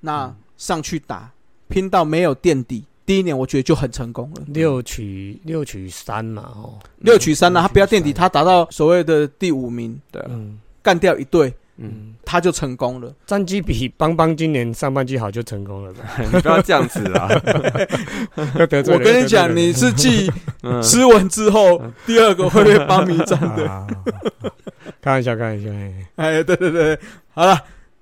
[SPEAKER 1] 那上去打拼到没有垫底，第一年我觉得就很成功了。
[SPEAKER 2] 六取六取三嘛，哦，
[SPEAKER 1] 六取三呢、啊他不要垫底，
[SPEAKER 2] 六取
[SPEAKER 1] 他
[SPEAKER 2] 三
[SPEAKER 1] 达到所谓的第五名，
[SPEAKER 3] 对啊，
[SPEAKER 2] 嗯
[SPEAKER 1] 干掉一队，
[SPEAKER 3] 嗯，
[SPEAKER 2] 嗯，
[SPEAKER 1] 他就成功了。
[SPEAKER 2] 战绩比邦邦今年上半季好就成功了吧？
[SPEAKER 1] 嗯
[SPEAKER 3] [laughs] 你不要这样子
[SPEAKER 1] [laughs]
[SPEAKER 3] 啊，
[SPEAKER 2] 我跟
[SPEAKER 1] 我跟你讲，你是继 [laughs]
[SPEAKER 3] 嗯，
[SPEAKER 1] 斯文之后第二个会被邦迷占的。
[SPEAKER 2] 啊，开玩笑，开玩笑。哎
[SPEAKER 1] 哎，对对对，好了，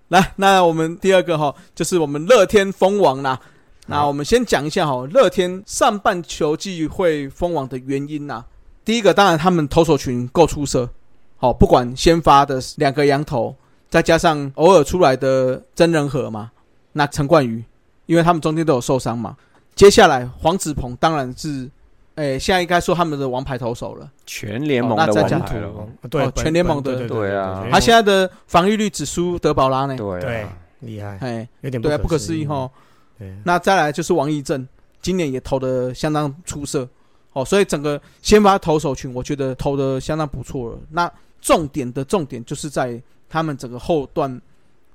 [SPEAKER 1] 来，那我们第二个哈，就是我们乐天封王啦。那我们先讲一下哈，乐天上半球季会封王的原因呐、第一个，当然他们投手群够出色，好，不管先发的两个羊头，再加上偶尔出来的真人和嘛，那陈冠宇，因为他们中间都有受伤嘛。接下来黄子鹏当然是，哎，现在应该说他们的王牌投手了。
[SPEAKER 3] 全联盟
[SPEAKER 1] 哦
[SPEAKER 3] 的
[SPEAKER 1] 那这
[SPEAKER 3] 王
[SPEAKER 1] 样
[SPEAKER 2] 本
[SPEAKER 1] 讲
[SPEAKER 3] 牌
[SPEAKER 2] 土
[SPEAKER 3] 了
[SPEAKER 2] 王，对
[SPEAKER 1] 哦，全联盟的
[SPEAKER 2] 本
[SPEAKER 3] 对啊
[SPEAKER 1] 他
[SPEAKER 2] 他
[SPEAKER 1] 现在的防御率只输德保拉呢，
[SPEAKER 3] 对
[SPEAKER 2] 对
[SPEAKER 3] 啊，
[SPEAKER 2] 厉害，
[SPEAKER 1] 哎，
[SPEAKER 2] 有点
[SPEAKER 1] 对啊，
[SPEAKER 2] 不
[SPEAKER 1] 不可思议哈。
[SPEAKER 2] 对，
[SPEAKER 1] 那再来就是王义正，今年也投的相当出色哦，所以整个先发投手群，我觉得投的相当不错了。那重点的重点就是在他们整个后段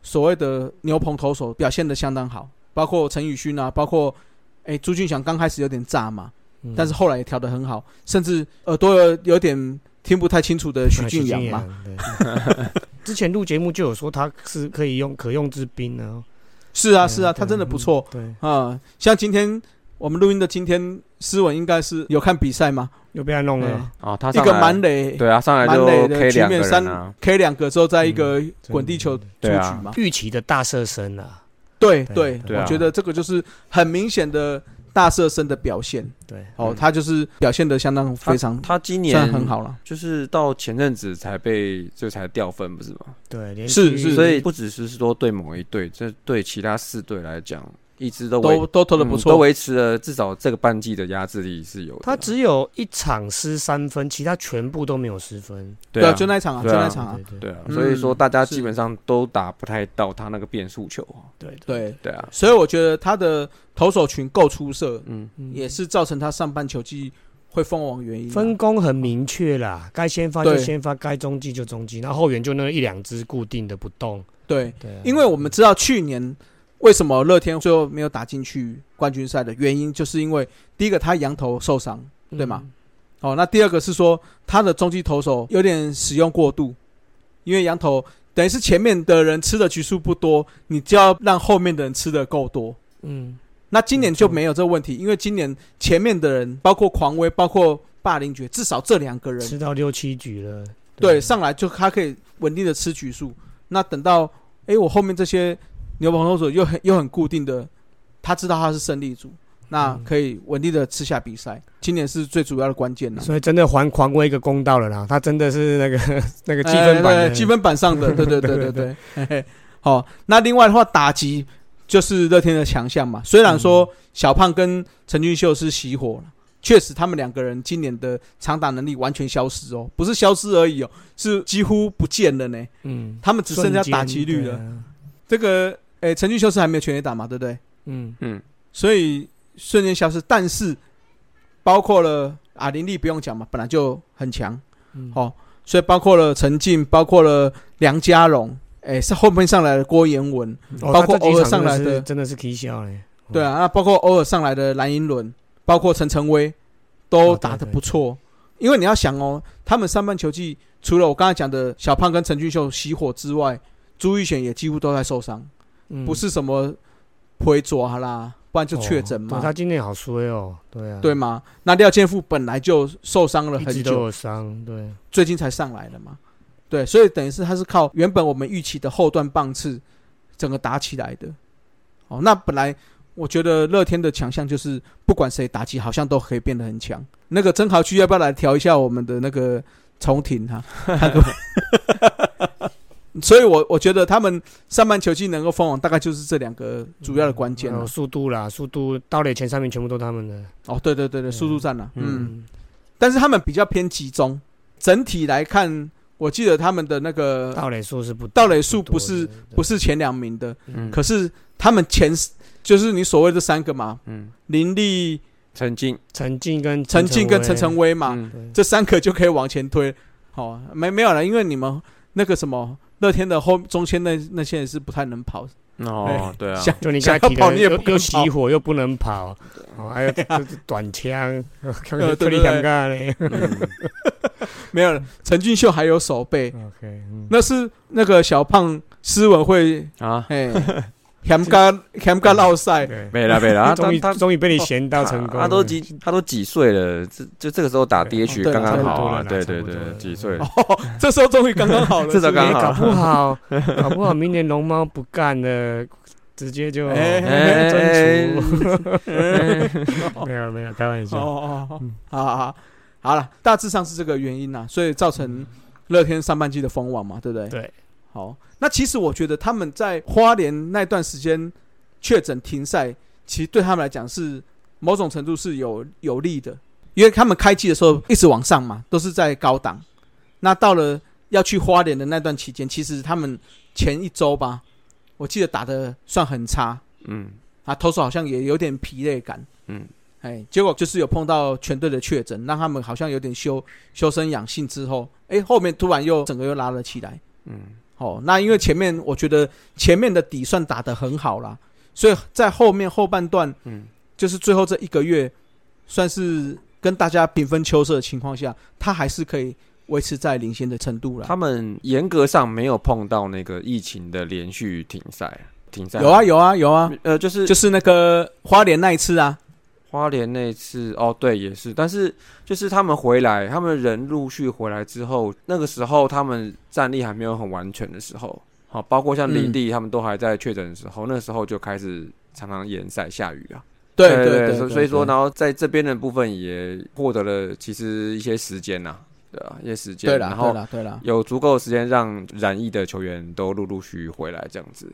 [SPEAKER 1] 所谓的牛棚投手表现的相当好，包括陈宇勋啊，包括哎、朱俊祥刚开始有点炸嘛，
[SPEAKER 2] 嗯
[SPEAKER 1] 但是后来也调得很好，甚至耳朵有有点听不太清楚的许
[SPEAKER 2] 啊
[SPEAKER 1] 俊阳嘛，，
[SPEAKER 2] 对之前录节目就有说他是可以用可用之兵呢。
[SPEAKER 1] 是啊是啊，
[SPEAKER 2] 对
[SPEAKER 1] 他真的不错。
[SPEAKER 2] 嗯对，
[SPEAKER 1] 啊、像今天我们录音的今天，思文应该是有看比赛吗？
[SPEAKER 2] 又被他弄了，
[SPEAKER 3] 啊，他
[SPEAKER 1] 一
[SPEAKER 3] 上
[SPEAKER 1] 个
[SPEAKER 3] 来
[SPEAKER 1] 满垒，
[SPEAKER 3] 对啊，上来
[SPEAKER 1] 满
[SPEAKER 3] 就
[SPEAKER 1] 垒
[SPEAKER 3] K
[SPEAKER 1] 的局
[SPEAKER 3] 两个
[SPEAKER 1] 面
[SPEAKER 3] 人
[SPEAKER 1] 三、
[SPEAKER 3] 啊，
[SPEAKER 1] K 两个之后，再一个
[SPEAKER 2] 真的
[SPEAKER 1] 滚地球出局
[SPEAKER 3] 对啊
[SPEAKER 1] 嘛。
[SPEAKER 2] 预期的大射身啊，
[SPEAKER 1] 对
[SPEAKER 2] 对
[SPEAKER 1] 对，
[SPEAKER 3] 对啊
[SPEAKER 1] 我觉得这个就是很明显的大射身的表现。
[SPEAKER 2] 对，
[SPEAKER 1] 哦
[SPEAKER 3] 嗯，
[SPEAKER 1] 他就是表现的相当非常，
[SPEAKER 3] 他今
[SPEAKER 1] 虽然
[SPEAKER 3] 年
[SPEAKER 1] 很，好了。
[SPEAKER 3] 就是到前阵子才被就才掉分，不是吗？
[SPEAKER 2] 对，连
[SPEAKER 1] 是
[SPEAKER 2] 续
[SPEAKER 1] 是
[SPEAKER 3] 所以不只是说对某一队，这对其他四队来讲，一直都维
[SPEAKER 1] 都都投的不
[SPEAKER 3] 嗯都
[SPEAKER 1] 错，
[SPEAKER 3] 维持了至少这个半季的压制力是有的。
[SPEAKER 2] 他只有一场失三分，其他全部都没有失分。
[SPEAKER 1] 对
[SPEAKER 3] 啊，
[SPEAKER 1] 就那一场啊，就
[SPEAKER 3] 对啊
[SPEAKER 1] 那一场啊，
[SPEAKER 2] 对
[SPEAKER 3] 对
[SPEAKER 2] 对
[SPEAKER 3] 啊，
[SPEAKER 1] 嗯
[SPEAKER 3] 所以说大家
[SPEAKER 1] 是
[SPEAKER 3] 基本上都打不太到他那个变速球啊。
[SPEAKER 2] 对
[SPEAKER 1] 对，
[SPEAKER 3] 对啊，
[SPEAKER 1] 所以我觉得他的投手群够出色，
[SPEAKER 3] 嗯，
[SPEAKER 2] 嗯
[SPEAKER 1] 也是造成他上半球季会封王原因啊。
[SPEAKER 2] 分工很明确啦，该先发就
[SPEAKER 1] 对
[SPEAKER 2] 先发，该中继就中继，然后后援就那一两只固定的不动。
[SPEAKER 1] 对，
[SPEAKER 2] 对啊，
[SPEAKER 1] 因为我们知道去年为什么乐天最后没有打进去冠军赛的原因，就是因为第一个他羊头受伤，对嘛
[SPEAKER 2] 嗯？
[SPEAKER 1] 哦，那第二个是说他的中继投手有点使用过度，因为羊头等于是前面的人吃的局数不多，你就要让后面的人吃的够多。
[SPEAKER 2] 嗯，
[SPEAKER 1] 那今年
[SPEAKER 2] 没错
[SPEAKER 1] 就没有这个问题，因为今年前面的人包括狂威，包括霸凌爵，至少这两个人
[SPEAKER 2] 吃到六七局了。
[SPEAKER 1] 对上来就他可以稳定的吃局数。那等到诶，我后面这些牛棚投手又很又很固定的，他知道他是胜利组，那
[SPEAKER 2] 嗯
[SPEAKER 1] 可以稳定的吃下比赛。今年是最主要的关键了。
[SPEAKER 2] 所以真的还狂威一个公道了啦，他真的是那个 [laughs] 那个积
[SPEAKER 1] 哎
[SPEAKER 2] 分
[SPEAKER 1] 对
[SPEAKER 2] 榜的
[SPEAKER 1] 积分板上
[SPEAKER 2] [laughs]
[SPEAKER 1] 的，对对对对对。嘿嘿好，那另外的话，打击就是乐天的强项嘛。虽然说
[SPEAKER 2] 嗯
[SPEAKER 1] 小胖跟陈俊秀是熄火了，确实他们两个人今年的长打能力完全消失哦，不是消失而已哦，是几乎不见了呢。
[SPEAKER 2] 嗯，
[SPEAKER 1] 他们只剩下
[SPEAKER 2] 瞬间
[SPEAKER 1] 打击率了。
[SPEAKER 2] 对啊
[SPEAKER 1] 这个，诶，陈俊秀是还没有全垒打嘛，对不对？
[SPEAKER 2] 嗯，
[SPEAKER 1] 所以瞬间消失，但是包括了阿林利不用讲嘛，本来就很强。
[SPEAKER 2] 嗯
[SPEAKER 1] 好、所以包括了陈静，包括了梁家荣，哎，是后面上来的郭彦文，
[SPEAKER 2] 哦
[SPEAKER 1] 包括
[SPEAKER 2] 他这几
[SPEAKER 1] 偶尔
[SPEAKER 2] 场
[SPEAKER 1] 上来
[SPEAKER 2] 真是
[SPEAKER 1] 的
[SPEAKER 2] 真的是 K 笑嘞。嗯
[SPEAKER 1] 对啊，那包括偶尔上来的蓝银伦，包括陈晨威，都
[SPEAKER 2] 哦
[SPEAKER 1] 打得
[SPEAKER 2] 对对
[SPEAKER 1] 不错。因为你要想哦，他们上半球季除了我刚才讲的小胖跟陈俊秀熄火之外，朱玉显也几乎都在受伤，
[SPEAKER 2] 嗯
[SPEAKER 1] 不是什么回抓啦，不然就确诊
[SPEAKER 2] 哦
[SPEAKER 1] 嘛，
[SPEAKER 2] 对他今年好衰哦，对啊，
[SPEAKER 1] 对吗？那廖健富本来就受伤了
[SPEAKER 2] 一
[SPEAKER 1] 很
[SPEAKER 2] 直
[SPEAKER 1] 久
[SPEAKER 2] 都，有伤，对，
[SPEAKER 1] 最近才上来的嘛，对，所以等于是他是靠原本我们预期的后段棒次整个打起来的。哦，那本来我觉得乐天的强项就是不管谁打击，好像都可以变得很强。那个曾豪区要不要来调一下我们的那个重庭啊
[SPEAKER 2] [laughs]
[SPEAKER 1] 哈、看可不 [laughs] 所以我我觉得他们上半球季能够封王，大概就是这两个主要的关键啊
[SPEAKER 2] 还
[SPEAKER 1] 了、
[SPEAKER 2] 有哦速度啦，速度到垒前三名全部都他们的，
[SPEAKER 1] 哦，对对对对，速度战了、嗯
[SPEAKER 2] 嗯，
[SPEAKER 1] 但是他们比较偏集中，整体来看，我记得他们的那个
[SPEAKER 2] 嗯盗垒数是不
[SPEAKER 1] 盗垒数不是
[SPEAKER 2] 多的
[SPEAKER 1] 不是前两名的，
[SPEAKER 3] 嗯
[SPEAKER 1] 可是他们前就是你所谓的三个嘛，
[SPEAKER 3] 嗯，
[SPEAKER 1] 林立、
[SPEAKER 3] 陈静，
[SPEAKER 2] 陈静跟
[SPEAKER 1] 陈静跟陈晨
[SPEAKER 2] 威
[SPEAKER 1] 威嘛，
[SPEAKER 3] 嗯
[SPEAKER 2] 对
[SPEAKER 1] 这三个就可以往前推。好、没没有了，因为你们那个什么乐天的后中间那那些人是不太能跑，
[SPEAKER 2] 哎
[SPEAKER 3] 哦，对啊，
[SPEAKER 1] 像
[SPEAKER 2] 就你
[SPEAKER 1] 想
[SPEAKER 2] 刚
[SPEAKER 1] 要
[SPEAKER 2] 才提
[SPEAKER 1] 跑
[SPEAKER 2] 的，
[SPEAKER 1] 你也
[SPEAKER 2] 又
[SPEAKER 1] 不能跑
[SPEAKER 2] 又熄火又不能跑，
[SPEAKER 1] [laughs]
[SPEAKER 2] 哦，还有就是短枪， [laughs]
[SPEAKER 1] 呃
[SPEAKER 2] 哦
[SPEAKER 1] 对
[SPEAKER 2] 特
[SPEAKER 1] 对
[SPEAKER 2] 里尴尬嘞。[laughs]
[SPEAKER 3] [laughs] 嗯
[SPEAKER 1] 没有了。陈俊秀还有手背，
[SPEAKER 2] OK，嗯
[SPEAKER 1] 那是那个小胖斯文会，
[SPEAKER 3] 啊，
[SPEAKER 1] [laughs] 哎，ham 嘎 ham 嘎绕赛，
[SPEAKER 2] 对，
[SPEAKER 3] 没了没
[SPEAKER 2] [laughs]
[SPEAKER 3] 了，啊哦
[SPEAKER 2] 终于
[SPEAKER 3] 他他
[SPEAKER 2] 终于被你闲到成功
[SPEAKER 3] 他
[SPEAKER 2] 了，
[SPEAKER 3] 都几他都几岁了，这就这个时候打
[SPEAKER 2] 对
[SPEAKER 3] DH
[SPEAKER 1] 哦对
[SPEAKER 3] 刚刚好
[SPEAKER 2] 差
[SPEAKER 3] 啊，
[SPEAKER 2] 不多
[SPEAKER 3] 对
[SPEAKER 2] 了
[SPEAKER 3] 对
[SPEAKER 2] 差不多
[SPEAKER 3] 对，
[SPEAKER 2] 了
[SPEAKER 3] 几
[SPEAKER 1] [laughs]
[SPEAKER 3] 岁
[SPEAKER 1] 哦，这时候终于刚刚好了，
[SPEAKER 3] 这时候
[SPEAKER 1] 是不是
[SPEAKER 2] 哎
[SPEAKER 3] 刚好
[SPEAKER 2] 搞不
[SPEAKER 3] [laughs]
[SPEAKER 2] 好搞不好明年龙猫不干了，直接就 [laughs]
[SPEAKER 1] 哎
[SPEAKER 3] 哎
[SPEAKER 2] 真除。
[SPEAKER 3] 哎 [laughs]
[SPEAKER 2] 没有没有，开玩
[SPEAKER 1] 哦
[SPEAKER 2] 笑。
[SPEAKER 1] 哦
[SPEAKER 3] 嗯
[SPEAKER 1] 哦，好好好，好了，大致上是这个原因呐、所以造成乐天上半季的封网嘛，对不对？
[SPEAKER 2] 对。
[SPEAKER 1] 好，那其实我觉得他们在花莲那段时间确诊停赛，其实对他们来讲是某种程度是有有利的，因为他们开季的时候一直往上嘛，都是在高档。那到了要去花莲的那段期间，其实他们前一周吧，我记得打的算很差，
[SPEAKER 3] 嗯，
[SPEAKER 1] 啊，投手好像也有点疲累感，
[SPEAKER 3] 嗯，
[SPEAKER 1] 哎，结果就是有碰到全队的确诊，让他们好像有点修修身养性之后，哎，后面突然又整个又拉了起来，
[SPEAKER 3] 嗯，
[SPEAKER 1] 哦，那因为前面我觉得前面的底算打得很好啦，所以在后面后半段，
[SPEAKER 3] 嗯，
[SPEAKER 1] 就是最后这一个月，算是跟大家平分秋色的情况下，他还是可以维持在领先的程度啦。
[SPEAKER 3] 他们严格上没有碰到那个疫情的连续停赛，停赛
[SPEAKER 1] 有啊，有啊有啊，
[SPEAKER 3] 呃，就是
[SPEAKER 1] 就是那个花莲那一次啊，
[SPEAKER 3] 花莲那次哦，对，也是，但是就是他们回来，他们人陆续回来之后，那个时候他们战力还没有很完全的时候，好，包括像林
[SPEAKER 1] 嗯
[SPEAKER 3] 地他们都还在确诊的时候，那时候就开始常常延赛下雨啊。
[SPEAKER 1] 对
[SPEAKER 3] 对
[SPEAKER 1] 对
[SPEAKER 3] 所以所以说，然后在这边的部分也获得了其实一些时间呐、对啊，一些时间，
[SPEAKER 1] 对啦对
[SPEAKER 3] 然后
[SPEAKER 1] 啦对啦，
[SPEAKER 3] 有足够的时间让染疫的球员都陆陆续续回来，这样子。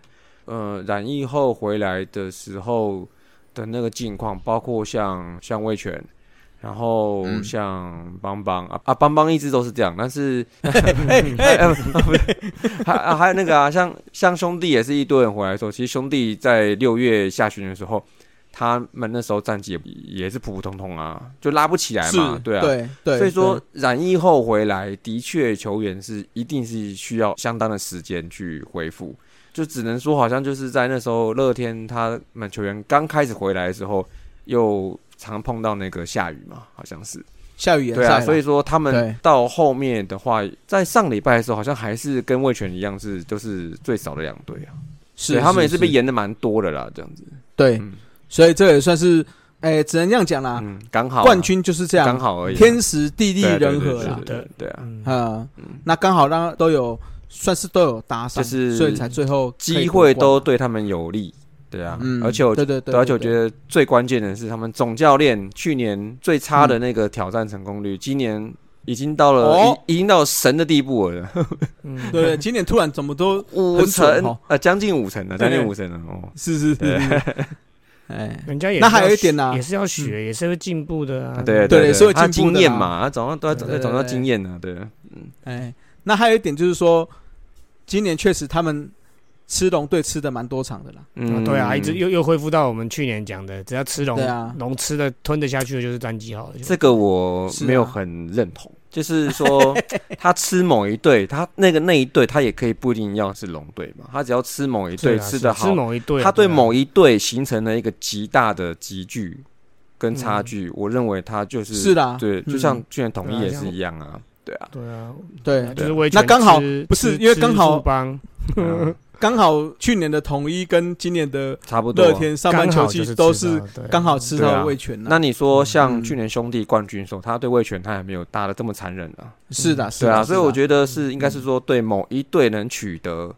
[SPEAKER 3] 呃，染疫后回来的时候的那个境况，包括像像魏权，然后
[SPEAKER 1] 嗯
[SPEAKER 3] 像邦邦、啊啊，邦邦一直都是这样，但是
[SPEAKER 1] 哎
[SPEAKER 3] 哎不不是 [laughs] 还啊还有那个啊，像像兄弟也是一堆人回来的时候，其实兄弟在六月下旬的时候，他们那时候战绩也也是普普通通啊，就拉不起来
[SPEAKER 1] 是
[SPEAKER 3] 嘛，对啊，
[SPEAKER 1] 对对，
[SPEAKER 3] 所以说染疫后回来，的确球员是一定是需要相当的时间去恢复，就只能说好像就是在那时候乐天他们球员刚开始回来的时候，又常碰到那个下雨嘛，好像是。
[SPEAKER 1] 下雨也
[SPEAKER 3] 对
[SPEAKER 1] 在啦，
[SPEAKER 3] 啊，所以说他
[SPEAKER 1] 对
[SPEAKER 3] 们到后面的话，在上礼拜的时候，好像还是跟魏权一样是就是最少的两队啊，
[SPEAKER 1] 是
[SPEAKER 3] 对他们也是被
[SPEAKER 1] 演
[SPEAKER 3] 延的蛮多的啦，这样子，
[SPEAKER 1] 对
[SPEAKER 3] 嗯，
[SPEAKER 1] 所以这也算是哎，只能这样讲啦，
[SPEAKER 3] 嗯，刚好啊
[SPEAKER 1] 冠军就是这
[SPEAKER 3] 刚
[SPEAKER 1] 样，
[SPEAKER 3] 好而已啊，
[SPEAKER 1] 天时地利
[SPEAKER 3] 对啊对
[SPEAKER 1] 人
[SPEAKER 3] 对
[SPEAKER 1] 和
[SPEAKER 3] 对
[SPEAKER 1] 啦，
[SPEAKER 3] 对对对啊，
[SPEAKER 2] 嗯
[SPEAKER 1] 啊，那刚好让都有算是都有搭上，
[SPEAKER 3] 就是
[SPEAKER 1] 所以才最后可以
[SPEAKER 3] 机会
[SPEAKER 1] 夺
[SPEAKER 3] 都对他们有利，对啊
[SPEAKER 1] 冠，嗯，
[SPEAKER 3] 而且我
[SPEAKER 1] 对对对，
[SPEAKER 3] 对，而且我
[SPEAKER 1] 对
[SPEAKER 3] 觉得最关键的是，他们总教练去年最差的那个挑战成功率，今年已经到了、
[SPEAKER 1] 哦
[SPEAKER 3] 已已经到神的地步了，
[SPEAKER 2] 嗯，
[SPEAKER 1] 对对，今年突然怎么都
[SPEAKER 3] 五
[SPEAKER 1] 准
[SPEAKER 3] 成
[SPEAKER 1] 哦
[SPEAKER 3] 呃，将近五成了，
[SPEAKER 1] 对
[SPEAKER 3] 将近五成了哦。
[SPEAKER 1] 是是是
[SPEAKER 3] 对，
[SPEAKER 1] [laughs] 哎，
[SPEAKER 2] 人家也
[SPEAKER 1] 那
[SPEAKER 2] 是要
[SPEAKER 1] 还有一
[SPEAKER 2] 学
[SPEAKER 1] 点呐
[SPEAKER 2] 也是要学，也是会进步的啊。
[SPEAKER 3] 对
[SPEAKER 1] 对
[SPEAKER 3] 对，
[SPEAKER 1] 所以有
[SPEAKER 3] 他
[SPEAKER 1] 进步
[SPEAKER 3] 经
[SPEAKER 1] 的
[SPEAKER 3] 验
[SPEAKER 1] 啦
[SPEAKER 3] 嘛，他总要都要
[SPEAKER 2] 对
[SPEAKER 3] 总
[SPEAKER 1] 对
[SPEAKER 3] 要总要
[SPEAKER 1] 对
[SPEAKER 3] 经验呢，对，
[SPEAKER 1] 哎，那还有一点就是说，今年确实他们吃龙队吃的蛮多场的啦，
[SPEAKER 2] 啊
[SPEAKER 3] 嗯
[SPEAKER 2] 对啊，一直又又恢复到我们去年讲的，只要吃龙
[SPEAKER 1] 对啊，
[SPEAKER 2] 龙吃的吞得下去的就是战绩好了。就
[SPEAKER 3] 这个我
[SPEAKER 1] 是啊
[SPEAKER 3] 没有很认同，就是说他吃某一队，他那个那一队他也可以不一定要是龙队嘛，他只要吃某一队
[SPEAKER 2] 是啊
[SPEAKER 3] 吃
[SPEAKER 2] 是
[SPEAKER 3] 的好
[SPEAKER 2] 吃，某一队啊，
[SPEAKER 3] 他对
[SPEAKER 2] 啊
[SPEAKER 3] 某一队形成了一个极大的集距跟差距，我认为他就是
[SPEAKER 1] 是啦，
[SPEAKER 3] 对，
[SPEAKER 1] 嗯
[SPEAKER 3] 就像去年统
[SPEAKER 2] 对
[SPEAKER 3] 一
[SPEAKER 2] 啊
[SPEAKER 3] 也
[SPEAKER 2] 像
[SPEAKER 3] 是一样啊，对啊，
[SPEAKER 2] 对啊，
[SPEAKER 1] 对，
[SPEAKER 2] 就是威
[SPEAKER 1] 那
[SPEAKER 2] 权
[SPEAKER 1] 刚好
[SPEAKER 2] 吃
[SPEAKER 1] 不是
[SPEAKER 2] 吃
[SPEAKER 1] 因为刚好
[SPEAKER 2] 吃富
[SPEAKER 1] [laughs]
[SPEAKER 2] 邦
[SPEAKER 3] 嗯
[SPEAKER 1] 刚好去年的统一跟今年的
[SPEAKER 3] 差不多啊
[SPEAKER 1] 乐。天啊上半球季都
[SPEAKER 2] 是
[SPEAKER 1] 是刚好吃
[SPEAKER 3] 对
[SPEAKER 1] 到
[SPEAKER 3] 啊
[SPEAKER 1] 味全呐
[SPEAKER 3] 那，你说像
[SPEAKER 1] 嗯
[SPEAKER 3] 去年兄弟冠军的时候，他对魏权他也没有打的这么残忍啊，
[SPEAKER 1] 是的，是
[SPEAKER 3] 对
[SPEAKER 1] 的，
[SPEAKER 3] 啊，所以我觉得是
[SPEAKER 1] 嗯
[SPEAKER 3] 应该是说对某一队能取得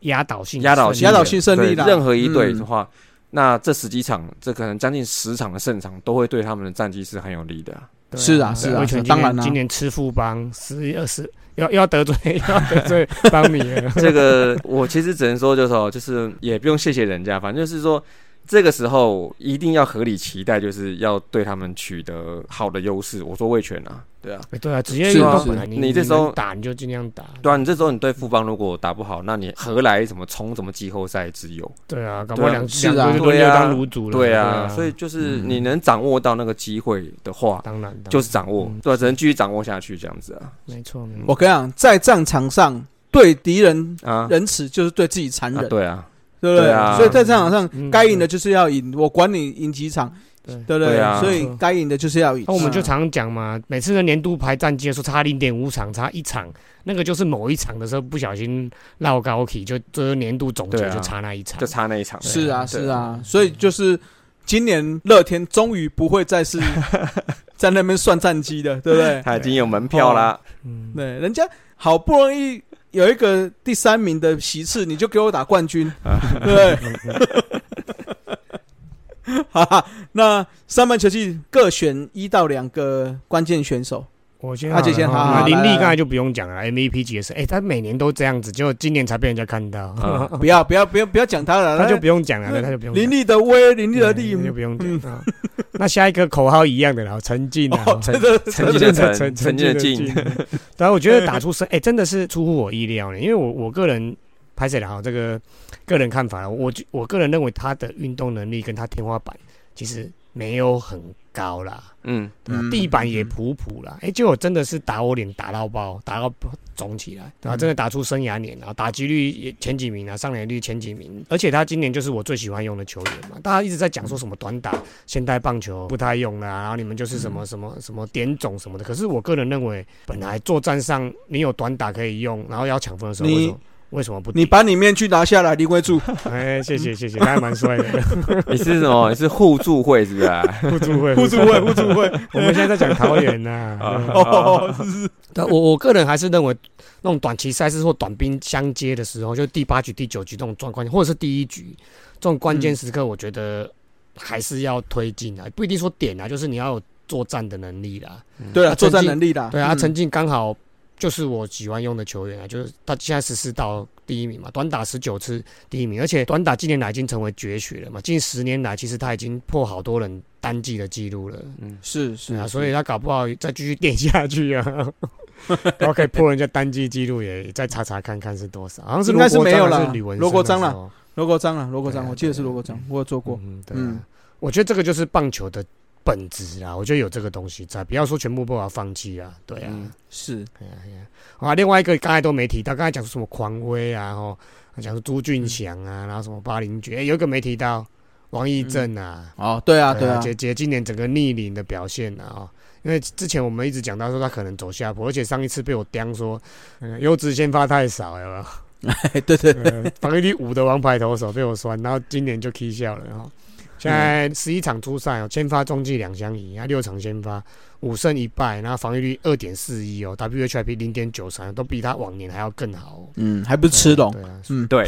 [SPEAKER 2] 压倒性
[SPEAKER 3] 嗯压倒
[SPEAKER 2] 胜利
[SPEAKER 3] 性
[SPEAKER 1] 压倒性胜利
[SPEAKER 3] 对
[SPEAKER 1] 啦
[SPEAKER 3] 任何一队的
[SPEAKER 1] 嗯
[SPEAKER 3] 话，那这十几场，这可能将近十场的胜场，都会对他们的战绩是很有利的啊。
[SPEAKER 2] 对
[SPEAKER 1] 是啊是啊
[SPEAKER 2] 威
[SPEAKER 1] 是啊
[SPEAKER 2] 权今
[SPEAKER 1] 当
[SPEAKER 2] 年
[SPEAKER 1] 然啦
[SPEAKER 2] 今年吃富邦十二十要要得罪 [laughs] 要得罪邦米
[SPEAKER 3] [laughs]
[SPEAKER 2] 了，
[SPEAKER 3] 这个我其实只能说，就是说，就是也不用谢谢人家，反正就是说，这个时候一定要合理期待，就是要对他们取得好的优势。我说魏权啊，对啊，
[SPEAKER 2] [laughs] 对啊，职业
[SPEAKER 1] 是
[SPEAKER 2] 运
[SPEAKER 1] 啊
[SPEAKER 2] 动
[SPEAKER 1] 是
[SPEAKER 2] 本来你
[SPEAKER 3] 你这
[SPEAKER 2] 能
[SPEAKER 3] 时候
[SPEAKER 2] 打你就尽量打，
[SPEAKER 3] 对啊，你这时候你对富邦如果打不好，那你何来什么冲什么季后赛之忧？
[SPEAKER 2] 对啊，搞不好
[SPEAKER 3] 对啊
[SPEAKER 2] 两
[SPEAKER 1] 是
[SPEAKER 2] 两
[SPEAKER 1] 啊
[SPEAKER 2] 队就轮
[SPEAKER 3] 对
[SPEAKER 2] 流
[SPEAKER 3] 啊
[SPEAKER 2] 当卤煮了，
[SPEAKER 3] 对啊，所以就是
[SPEAKER 1] 嗯
[SPEAKER 3] 你能掌握到那个机会的话，
[SPEAKER 2] 当然的
[SPEAKER 3] 就是掌握
[SPEAKER 2] 嗯，
[SPEAKER 3] 对啊，只能继续掌握下去这样子啊
[SPEAKER 2] 没错，没错
[SPEAKER 1] 我跟你讲，在战场上对敌人
[SPEAKER 3] 啊，
[SPEAKER 1] 仁慈就是对自己残
[SPEAKER 3] 啊
[SPEAKER 1] 忍，
[SPEAKER 3] 对啊，
[SPEAKER 1] 对不对
[SPEAKER 3] 对啊
[SPEAKER 1] 所以在战场上
[SPEAKER 2] 嗯
[SPEAKER 1] 该赢的就是要赢，我管你赢几场，
[SPEAKER 2] 对
[SPEAKER 1] 对不
[SPEAKER 3] 对啊
[SPEAKER 1] 所以该赢的就是要赢。
[SPEAKER 2] 那我们就
[SPEAKER 1] 啊
[SPEAKER 2] 常讲嘛，每次的年度排战绩的时候差零点五场，差一场，那个就是某一场的时候不小心落高起，就就是年度总结
[SPEAKER 3] 对啊
[SPEAKER 2] 就差那一场
[SPEAKER 3] 就。差那一场，
[SPEAKER 1] 是啊
[SPEAKER 3] 对
[SPEAKER 1] 是啊，所以就是今年乐天终于不会
[SPEAKER 2] [laughs]
[SPEAKER 1] 再是在那边算战绩的，对不对？
[SPEAKER 3] 他已经有门票啦，
[SPEAKER 2] 嗯，
[SPEAKER 1] 对，人家好不容易有一个第三名的席次，你就给我打冠军，对不 [laughs] 对？哈哈，那上半球季各选一到两个关键选手，
[SPEAKER 2] 我先
[SPEAKER 1] 阿杰先
[SPEAKER 3] 嗯
[SPEAKER 2] 好
[SPEAKER 1] 好
[SPEAKER 2] 了
[SPEAKER 1] 好
[SPEAKER 2] 那林
[SPEAKER 1] 来
[SPEAKER 2] 立
[SPEAKER 1] 来
[SPEAKER 2] 刚才就不用讲了，MVP 解释，哎，他每年都这样子，结果今年才被人家看到， [laughs]
[SPEAKER 3] 啊
[SPEAKER 1] 不要不要不要不要讲他了，
[SPEAKER 2] 哦他就
[SPEAKER 1] 来
[SPEAKER 2] 不用讲了，那他就不用讲
[SPEAKER 1] 林立的威，林立的
[SPEAKER 2] 对
[SPEAKER 1] 力，
[SPEAKER 2] [laughs] 那就不用讲。啊那下一个口号一样的啦，陈进啊，
[SPEAKER 1] 哦，
[SPEAKER 2] 陈
[SPEAKER 1] 这个
[SPEAKER 3] 成绩 [laughs] 的成，
[SPEAKER 2] 成
[SPEAKER 3] 成绩的进，
[SPEAKER 2] 对啊，我觉得打出声，哎、真的是出乎我意料呢，因为我我个人拍谁了哈，这个个人看法了。我就我个人认为他的运动能力跟他天花板其实没有很高啦，
[SPEAKER 3] 嗯，
[SPEAKER 2] 对吧
[SPEAKER 1] 嗯
[SPEAKER 2] 地板也普普啦。哎、结果真的是打我脸打到爆，打到肿
[SPEAKER 1] 嗯
[SPEAKER 2] 起来，然后真的打出生涯脸，然后打击率也前几名啊，上垒率前几名，而且他今年就是我最喜欢用的球员嘛。大家一直在讲说什么短打、现代棒球不太用啦、然后你们就是
[SPEAKER 1] 嗯
[SPEAKER 2] 什么什么什么点种什么的。可是我个人认为，本来作战上你有短打可以用，然后要抢分的时候，
[SPEAKER 1] 你
[SPEAKER 2] 为什么为什么不？
[SPEAKER 1] 你把你面具拿下来，林威柱，
[SPEAKER 2] [laughs] 哎，谢谢谢谢，他还蛮帅的，
[SPEAKER 3] [laughs] 你是什么？你是互助会是不是啊？
[SPEAKER 2] 互助会
[SPEAKER 1] [laughs] 互助会，互助会。
[SPEAKER 2] 我们现在在讲桃园呐、对
[SPEAKER 1] [laughs] 哦，是是，
[SPEAKER 2] 但我我个人还是认为，那种短期赛事或短兵相接的时候，就第八局、第九局这种状况，或者是第一局这种关键时刻，我觉得还是要推进啊，不一定说点啊，就是你要有作战的能力啦。
[SPEAKER 1] 对
[SPEAKER 2] 啊
[SPEAKER 1] 了，作战
[SPEAKER 2] 曾经
[SPEAKER 1] 能力啦，
[SPEAKER 2] 对啊，
[SPEAKER 1] 嗯
[SPEAKER 2] 陈静刚好就是我喜欢用的球员啊，就是他现在十四到第一名嘛，短打十九次第一名，而且短打近年来已经成为绝学了嘛，近十年来其实他已经破好多人单季的记录了。
[SPEAKER 3] 嗯，
[SPEAKER 1] 是是
[SPEAKER 2] 对啊，所以他搞不好再继续垫下
[SPEAKER 1] [laughs]
[SPEAKER 2] 去啊，然后可以破人家单季记录，也再查查看看是多少，好像是
[SPEAKER 1] 应该是
[SPEAKER 2] 罗国
[SPEAKER 1] 没有
[SPEAKER 2] 章还
[SPEAKER 1] 啦
[SPEAKER 2] 是吕文
[SPEAKER 1] 罗国章啦
[SPEAKER 2] 啦。
[SPEAKER 1] 罗国章啊，罗国
[SPEAKER 2] 对
[SPEAKER 1] 章，
[SPEAKER 2] 啊
[SPEAKER 1] 我记得是
[SPEAKER 2] 对啊
[SPEAKER 1] 罗国章，我有做过。
[SPEAKER 2] 嗯，对、
[SPEAKER 1] 嗯
[SPEAKER 2] 啊，我觉得这个就是棒球的本质啊，我觉得有这个东西在，不要说全部不把它放弃啊，对啊，
[SPEAKER 3] 嗯
[SPEAKER 1] 是，
[SPEAKER 2] 哎呀哎呀，好啊，另外一个刚才都没提到，刚才讲什么狂威啊，吼，讲说朱俊祥啊，然后什么八零九，哎，有一个没提到王义正啊。
[SPEAKER 1] 哦，对啊，对
[SPEAKER 2] 啊，
[SPEAKER 1] 啊，
[SPEAKER 2] 姐姐今年整个逆龄的表现啊、哦，因为之前我们一直讲到说他可能走下坡，而且上一次被我刁说，嗯、优质先发太少了吧，
[SPEAKER 1] 哎， [laughs] 对对，
[SPEAKER 2] 呃防御率五的王牌投手被我酸，然后今年就 K 笑了哈、哦。
[SPEAKER 1] 嗯
[SPEAKER 2] 现在十一场出赛哦，先发中继两相赢，啊六场先发五胜一败，然后防御率二点四一哦，WHIP 零点九三，都比他往年还要更好、哦。
[SPEAKER 1] 嗯，还不是吃龙
[SPEAKER 2] 对，啊，
[SPEAKER 1] 嗯，
[SPEAKER 3] 对，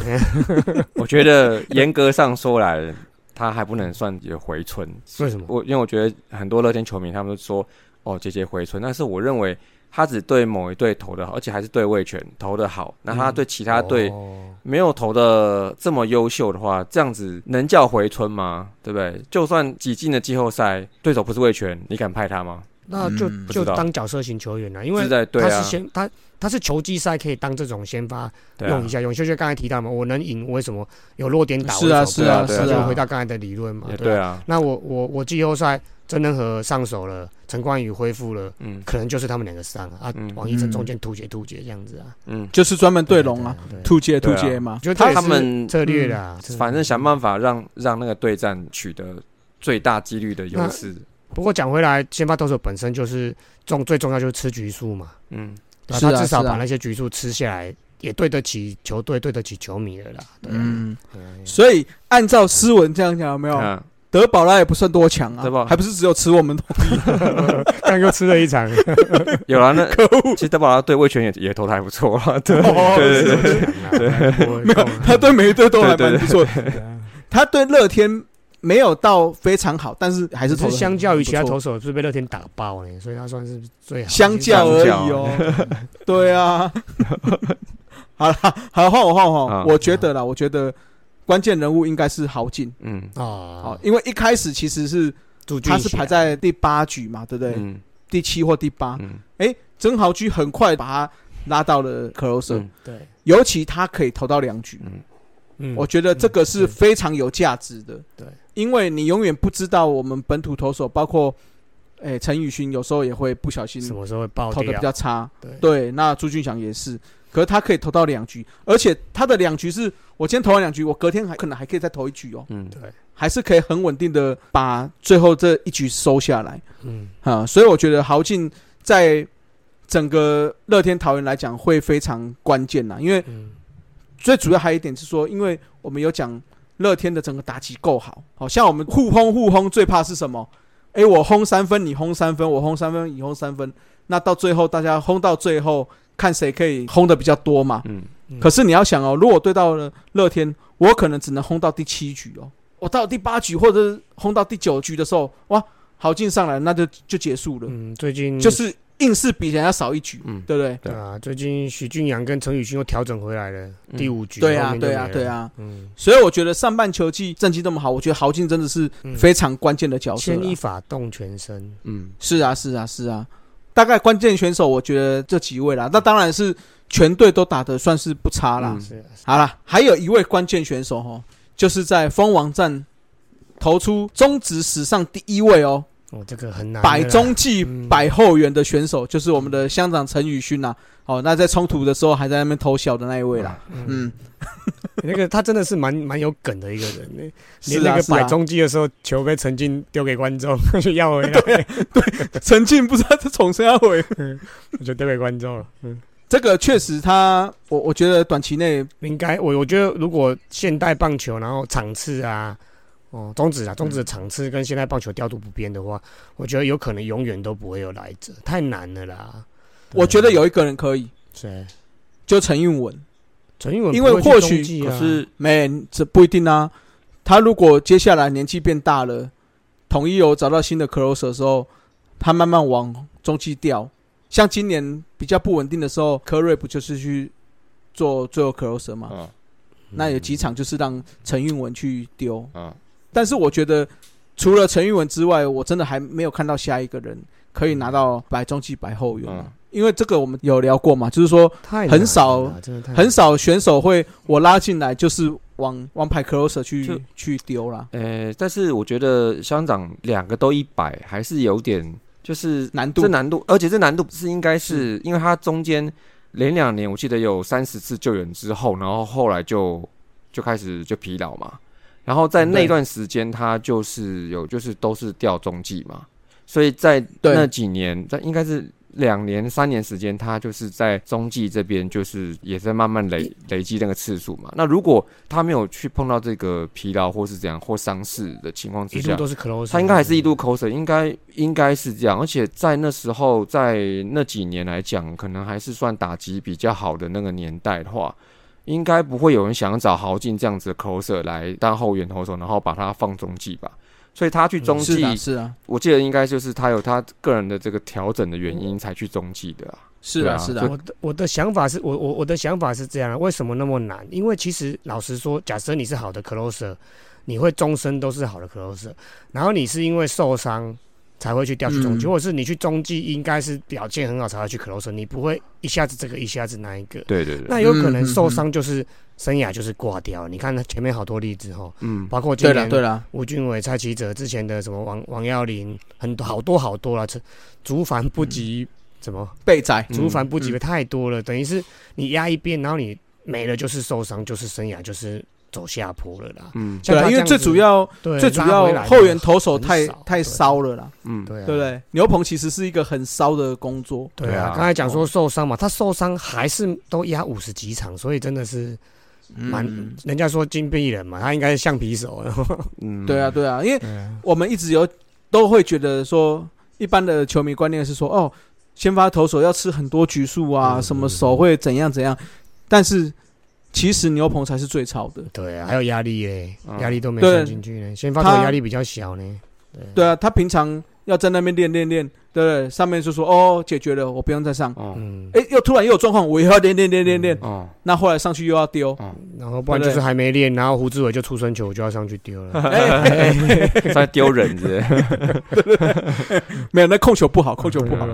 [SPEAKER 3] 我觉得严格上说来，他还不能算有回春。
[SPEAKER 2] 为什么？
[SPEAKER 3] 我因为我觉得很多乐天球迷他们都说哦节节回春，但是我认为他只对某一队投的好，而且还是对卫权投的好，那他对其他队
[SPEAKER 2] 哦
[SPEAKER 3] 没有投的这么优秀的话，这样子能叫回春吗？对不对？就算挤进了季后赛，对手不是卫权，你敢派他吗？
[SPEAKER 2] 那就、
[SPEAKER 1] 嗯
[SPEAKER 3] 不
[SPEAKER 2] 就
[SPEAKER 3] 知道
[SPEAKER 2] 当角色型球员了、因为
[SPEAKER 3] 是在对
[SPEAKER 2] 他
[SPEAKER 3] 啊
[SPEAKER 2] 是，先他他是球季赛可以当这种先发
[SPEAKER 3] 对啊
[SPEAKER 2] 用一，下，永秀就刚才提到嘛，我能赢，我为什么有落点打？
[SPEAKER 1] 是啊
[SPEAKER 2] 为什么不
[SPEAKER 3] 是啊
[SPEAKER 2] 打
[SPEAKER 3] 是啊
[SPEAKER 2] 就回到刚才的理论嘛
[SPEAKER 3] 也，对
[SPEAKER 2] 对啊。
[SPEAKER 3] 啊，
[SPEAKER 2] 那我我我季后赛真仁和上手了，陈冠宇恢复了，
[SPEAKER 3] 嗯
[SPEAKER 2] 可能就是他们两个上啊，啊
[SPEAKER 3] 嗯
[SPEAKER 2] 王一晨中间突厥突厥这样子啊，
[SPEAKER 3] 嗯，
[SPEAKER 1] 就是专门对龙啊，
[SPEAKER 2] 对，对
[SPEAKER 1] 突厥
[SPEAKER 3] 对
[SPEAKER 1] 突
[SPEAKER 3] 啊
[SPEAKER 1] 厥嘛，
[SPEAKER 2] 就
[SPEAKER 3] 他
[SPEAKER 2] 他
[SPEAKER 3] 们
[SPEAKER 2] 策略啦，这
[SPEAKER 3] 反正想办法让让那个对战取得最大几率的优势。
[SPEAKER 2] 不过讲回来，先发投手本身就是重最重要就是吃局数嘛，
[SPEAKER 3] 嗯，
[SPEAKER 2] 对啊
[SPEAKER 1] 是啊
[SPEAKER 2] 他至少
[SPEAKER 1] 是啊
[SPEAKER 2] 把那些局数吃下来，也对得起球队，对得起球迷了啦，对啊。
[SPEAKER 1] 嗯，
[SPEAKER 2] 对啊
[SPEAKER 1] 所以按照斯文这样讲，有没有？
[SPEAKER 3] 啊，
[SPEAKER 1] 德保拉也不算多强
[SPEAKER 3] 德保
[SPEAKER 1] 啊，还不是只有吃我们东西。
[SPEAKER 2] 刚又吃了一场，
[SPEAKER 3] 有
[SPEAKER 1] [laughs]
[SPEAKER 3] 了那其实德保拉对卫权也也投的还不错啊，对
[SPEAKER 1] 哦
[SPEAKER 3] 对对对，
[SPEAKER 2] 对，没有
[SPEAKER 1] [laughs] 他对每一队都还
[SPEAKER 3] [laughs] 对对
[SPEAKER 1] 蛮不错的，
[SPEAKER 2] 啊
[SPEAKER 1] 他对乐天没有到非常好，但是还是
[SPEAKER 2] 只
[SPEAKER 1] 投
[SPEAKER 2] 是
[SPEAKER 1] 得
[SPEAKER 2] 相较于其他
[SPEAKER 1] 不错
[SPEAKER 2] 投手是被乐天打爆呢，所以他算是最好。
[SPEAKER 1] 相较而已
[SPEAKER 3] 相较
[SPEAKER 1] 哦。 [laughs] 对啊，好了，好换我换我换
[SPEAKER 3] 啊
[SPEAKER 1] 我，我觉得啦，我觉得关键人物应该是豪进
[SPEAKER 3] 嗯
[SPEAKER 1] 啊
[SPEAKER 2] 哦，，
[SPEAKER 1] 因为一开始其实是
[SPEAKER 2] 朱俊
[SPEAKER 1] 他
[SPEAKER 2] 祥
[SPEAKER 1] 是
[SPEAKER 3] 啊
[SPEAKER 1] 排在第八局嘛，对不对？
[SPEAKER 3] 嗯
[SPEAKER 1] 第七或第八，
[SPEAKER 3] 嗯
[SPEAKER 1] 哎，曾豪居很快把他拉到了 closer，
[SPEAKER 3] 嗯
[SPEAKER 2] 对，
[SPEAKER 1] 尤其他可以投到两局，
[SPEAKER 3] 嗯
[SPEAKER 2] 嗯
[SPEAKER 1] 我觉得这个是
[SPEAKER 2] 嗯
[SPEAKER 1] 非常有价值的。
[SPEAKER 2] 对，
[SPEAKER 1] 因为你永远不知道我们本土投手，包括诶陈宇勋，有时候也会不小心
[SPEAKER 2] 什么时候会爆
[SPEAKER 1] 投的比
[SPEAKER 2] 掉？
[SPEAKER 1] 较差。
[SPEAKER 2] 对
[SPEAKER 1] 对，那朱俊祥也是，可是他可以投到两局，而且他的两局是我今天投完两局，我隔天还可能还可以再投一局哦，
[SPEAKER 3] 嗯，
[SPEAKER 2] 对，
[SPEAKER 1] 还是可以很稳定的把最后这一局收下来
[SPEAKER 2] 嗯，
[SPEAKER 1] 啊。所以我觉得豪进在整个乐天桃园来讲会非常关键呐，因为
[SPEAKER 2] 嗯
[SPEAKER 1] 最主要还有一点是说，因为我们有讲乐天的整个打击够好，好像我们互轰互轰，最怕是什么？诶，我轰三分，你轰三分，我轰三分，你轰三分，那到最后大家轰到最后，看谁可以轰的比较多嘛。
[SPEAKER 3] 嗯
[SPEAKER 2] 嗯
[SPEAKER 1] 可是你要想哦，如果对到了乐天，我可能只能轰到第七局哦，我到第八局或者是轰到第九局的时候，哇，好进上来，那就就结束了，
[SPEAKER 2] 嗯，最近
[SPEAKER 1] 就是硬是比人家少一局，
[SPEAKER 3] 嗯
[SPEAKER 1] 对不对？
[SPEAKER 2] 对啊，最近许俊阳跟陈宇勋又调整回来了，
[SPEAKER 3] 嗯
[SPEAKER 2] 第五局
[SPEAKER 1] 对啊
[SPEAKER 2] 后，面就
[SPEAKER 1] 对啊，
[SPEAKER 2] 没了
[SPEAKER 1] 对，啊。
[SPEAKER 2] 嗯，
[SPEAKER 1] 所以我觉得上半球季战绩这么好，我觉得豪进真的是
[SPEAKER 2] 嗯
[SPEAKER 1] 非常关键的角色啦、
[SPEAKER 2] 牵一发动全身，
[SPEAKER 3] 嗯
[SPEAKER 1] 啊是啊，是啊，是啊。大概关键选手，我觉得这几位啦。那当然是全队都打得算是不差啦。
[SPEAKER 3] 嗯
[SPEAKER 2] 是啊
[SPEAKER 1] 好啦，还有一位关键选手哦，就是在封王战投出中职史上第一位哦，
[SPEAKER 2] 哦，这个很难的啦。
[SPEAKER 1] 百中继
[SPEAKER 2] 嗯
[SPEAKER 1] 百后援的选手，就是我们的乡长陈宇勋呐。哦，那在冲突的时候还在那边偷笑的那一位啦。
[SPEAKER 2] 嗯，
[SPEAKER 1] 嗯，
[SPEAKER 2] [laughs] 那个他真的是蛮蛮有梗的一个人，那连
[SPEAKER 1] 是
[SPEAKER 2] 那
[SPEAKER 1] 啊，
[SPEAKER 2] 个
[SPEAKER 1] 是
[SPEAKER 2] 摆
[SPEAKER 1] 啊。
[SPEAKER 2] 中继的时候，球被陈进丢给观众 [laughs] 就要
[SPEAKER 1] [laughs]
[SPEAKER 2] 回来，
[SPEAKER 1] 嗯陈静不知道他从谁
[SPEAKER 2] [laughs]
[SPEAKER 1] 回。
[SPEAKER 2] 我就丢给观众了。嗯，
[SPEAKER 1] 这个确实他，我我觉得短期内
[SPEAKER 2] 应该我我觉得如果现代棒球，然后场次啊，哦，中
[SPEAKER 1] 嗯
[SPEAKER 2] 止啊，中止的场次跟现代棒球调度不变的话，我觉得有可能永远都不会有来者，太难了啦。啊
[SPEAKER 1] 我觉得有一个人可以，
[SPEAKER 2] 谁？
[SPEAKER 1] 就陈韵文。
[SPEAKER 2] 陈英文
[SPEAKER 1] 因为
[SPEAKER 2] 不
[SPEAKER 1] 或
[SPEAKER 2] 会去
[SPEAKER 1] 许
[SPEAKER 2] 中继啊
[SPEAKER 3] 可是
[SPEAKER 1] 没，这不一定啊。他如果接下来年纪变大了，统一有找到新的 close 的时候，他慢慢往中继调。像今年比较不稳定的时候，科瑞不就是去做最后 close 嘛？
[SPEAKER 4] 嗯
[SPEAKER 1] 那有几场就是让陈韵文去丢。
[SPEAKER 4] 嗯，
[SPEAKER 1] 但是我觉得，除了陈韵文之外，我真的还没有看到下一个人可以拿到百中继百后援啊、
[SPEAKER 4] 嗯
[SPEAKER 1] 因为这个我们有聊过嘛，就是说
[SPEAKER 2] 嗯太
[SPEAKER 1] 很少
[SPEAKER 2] 难了啦，真的
[SPEAKER 3] 嗯
[SPEAKER 2] 太
[SPEAKER 1] 很少选手会我拉进来就是往王牌 closer
[SPEAKER 3] 就
[SPEAKER 1] 去去丢啦，
[SPEAKER 3] 呃，但是我觉得乡长两个都一百，还是有点就是
[SPEAKER 1] 难
[SPEAKER 3] 这
[SPEAKER 1] 度嗯
[SPEAKER 3] 难度，而且这难度是应该是因为他中间连两年，我记得有三十次救援之后，然后后来就就开始就疲劳嘛，然后在那
[SPEAKER 1] 嗯对
[SPEAKER 3] 段时间他就是有就是都是掉中继嘛，所以在
[SPEAKER 1] 对
[SPEAKER 3] 那几年，在应该是。两年、三年时间，他就是在中继这边，就是也在慢慢
[SPEAKER 1] 嗯
[SPEAKER 3] 累累积那个次数嘛。那如果他没有去碰到这个疲劳或是怎样或伤势的情况之
[SPEAKER 2] 一
[SPEAKER 3] 下
[SPEAKER 2] 路，都是 close，
[SPEAKER 3] 他应该还是一度口水，应该应该是这样。而且在那时候，在那几年来讲，可能还是算打击比较好的那个年代的话，应该不会有人想要找豪进这样子的 closer 来当后援投手，然后把他放中继吧。所以他去中
[SPEAKER 1] 是
[SPEAKER 3] 继，
[SPEAKER 1] 的，是啊，
[SPEAKER 3] 我记得应该就是他有他个人的这个调整的原因才去中继的啊。
[SPEAKER 1] 是
[SPEAKER 3] 对
[SPEAKER 1] 的，
[SPEAKER 3] 啊
[SPEAKER 1] 是
[SPEAKER 3] 所
[SPEAKER 1] 的，
[SPEAKER 2] 我的我的想法是我我我的想法是这样啊，为什么那么难？因为其实老实说，假设你是好的 closer，你会终身都是好的 closer，然后你是因为受伤才会去调去中继，
[SPEAKER 1] 嗯
[SPEAKER 2] 或者是你去中继应该是表现很好才会去 closer，你不会一下子这个一下子那一个。
[SPEAKER 3] 对对对，
[SPEAKER 2] 那有可能
[SPEAKER 1] 嗯嗯
[SPEAKER 2] 受伤就是生涯就是挂掉，你看前面好多例子哈，
[SPEAKER 3] 嗯，
[SPEAKER 2] 包括今
[SPEAKER 1] 对
[SPEAKER 2] 年
[SPEAKER 1] 了，对了，
[SPEAKER 2] 吴俊伟、蔡奇哲之前的什么王王耀林，很多好多好多了，这竹凡不
[SPEAKER 1] 嗯
[SPEAKER 2] 及怎么
[SPEAKER 1] 备仔
[SPEAKER 3] 嗯
[SPEAKER 2] 竹凡不及的太多了，等于是你压一边，然后你没了就是受伤，就是生涯就是走下坡了啦。
[SPEAKER 3] 嗯
[SPEAKER 1] 对
[SPEAKER 2] 像他
[SPEAKER 1] 啊，因为
[SPEAKER 2] 这样
[SPEAKER 1] 最
[SPEAKER 2] 子
[SPEAKER 1] 主要
[SPEAKER 2] 对
[SPEAKER 1] 最主
[SPEAKER 2] 拉回
[SPEAKER 1] 要
[SPEAKER 2] 来
[SPEAKER 1] 后援投手太
[SPEAKER 2] 很少
[SPEAKER 1] 太骚了啦，
[SPEAKER 3] 嗯，
[SPEAKER 2] 对啊
[SPEAKER 1] 对不对？牛棚其实是一个很骚的工作，
[SPEAKER 2] 对
[SPEAKER 3] 对
[SPEAKER 2] 啊
[SPEAKER 3] 啊，
[SPEAKER 2] 刚才讲说受伤嘛，他受伤还是都压五十几场，所以真的是蛮，
[SPEAKER 1] 嗯
[SPEAKER 2] 人家说金币人嘛，他应该是橡皮手。
[SPEAKER 3] 嗯，
[SPEAKER 1] 对啊，对啊，因为
[SPEAKER 2] 对啊，
[SPEAKER 1] 我们一直有都会觉得说，一般的球迷观念是说，哦，先发投手要吃很多局数啊，
[SPEAKER 2] 嗯
[SPEAKER 1] 什么手会怎样怎样，但是其实牛棚才是最吵的。
[SPEAKER 2] [laughs] 对啊，还有压力嘞，
[SPEAKER 3] 嗯
[SPEAKER 2] 压力都没
[SPEAKER 1] 对
[SPEAKER 2] 算进去呢，先发球
[SPEAKER 1] 他
[SPEAKER 2] 压力比较小呢。
[SPEAKER 1] 对啊，他平常要在那边练练练，对不对？上面就说哦，解决了，我不用再上。
[SPEAKER 3] 哦
[SPEAKER 2] 嗯，
[SPEAKER 1] 哎，又突然又有状况，我又要练练练练练。
[SPEAKER 3] 哦，
[SPEAKER 1] 那后来上去又要丢，
[SPEAKER 2] 然后不然就是还没练，然后胡志伟就出生球，我就要上去
[SPEAKER 1] [laughs]
[SPEAKER 2] 丢了。
[SPEAKER 1] 哎，
[SPEAKER 3] 在丢人子，
[SPEAKER 1] 没有，那控球不好，控球不好。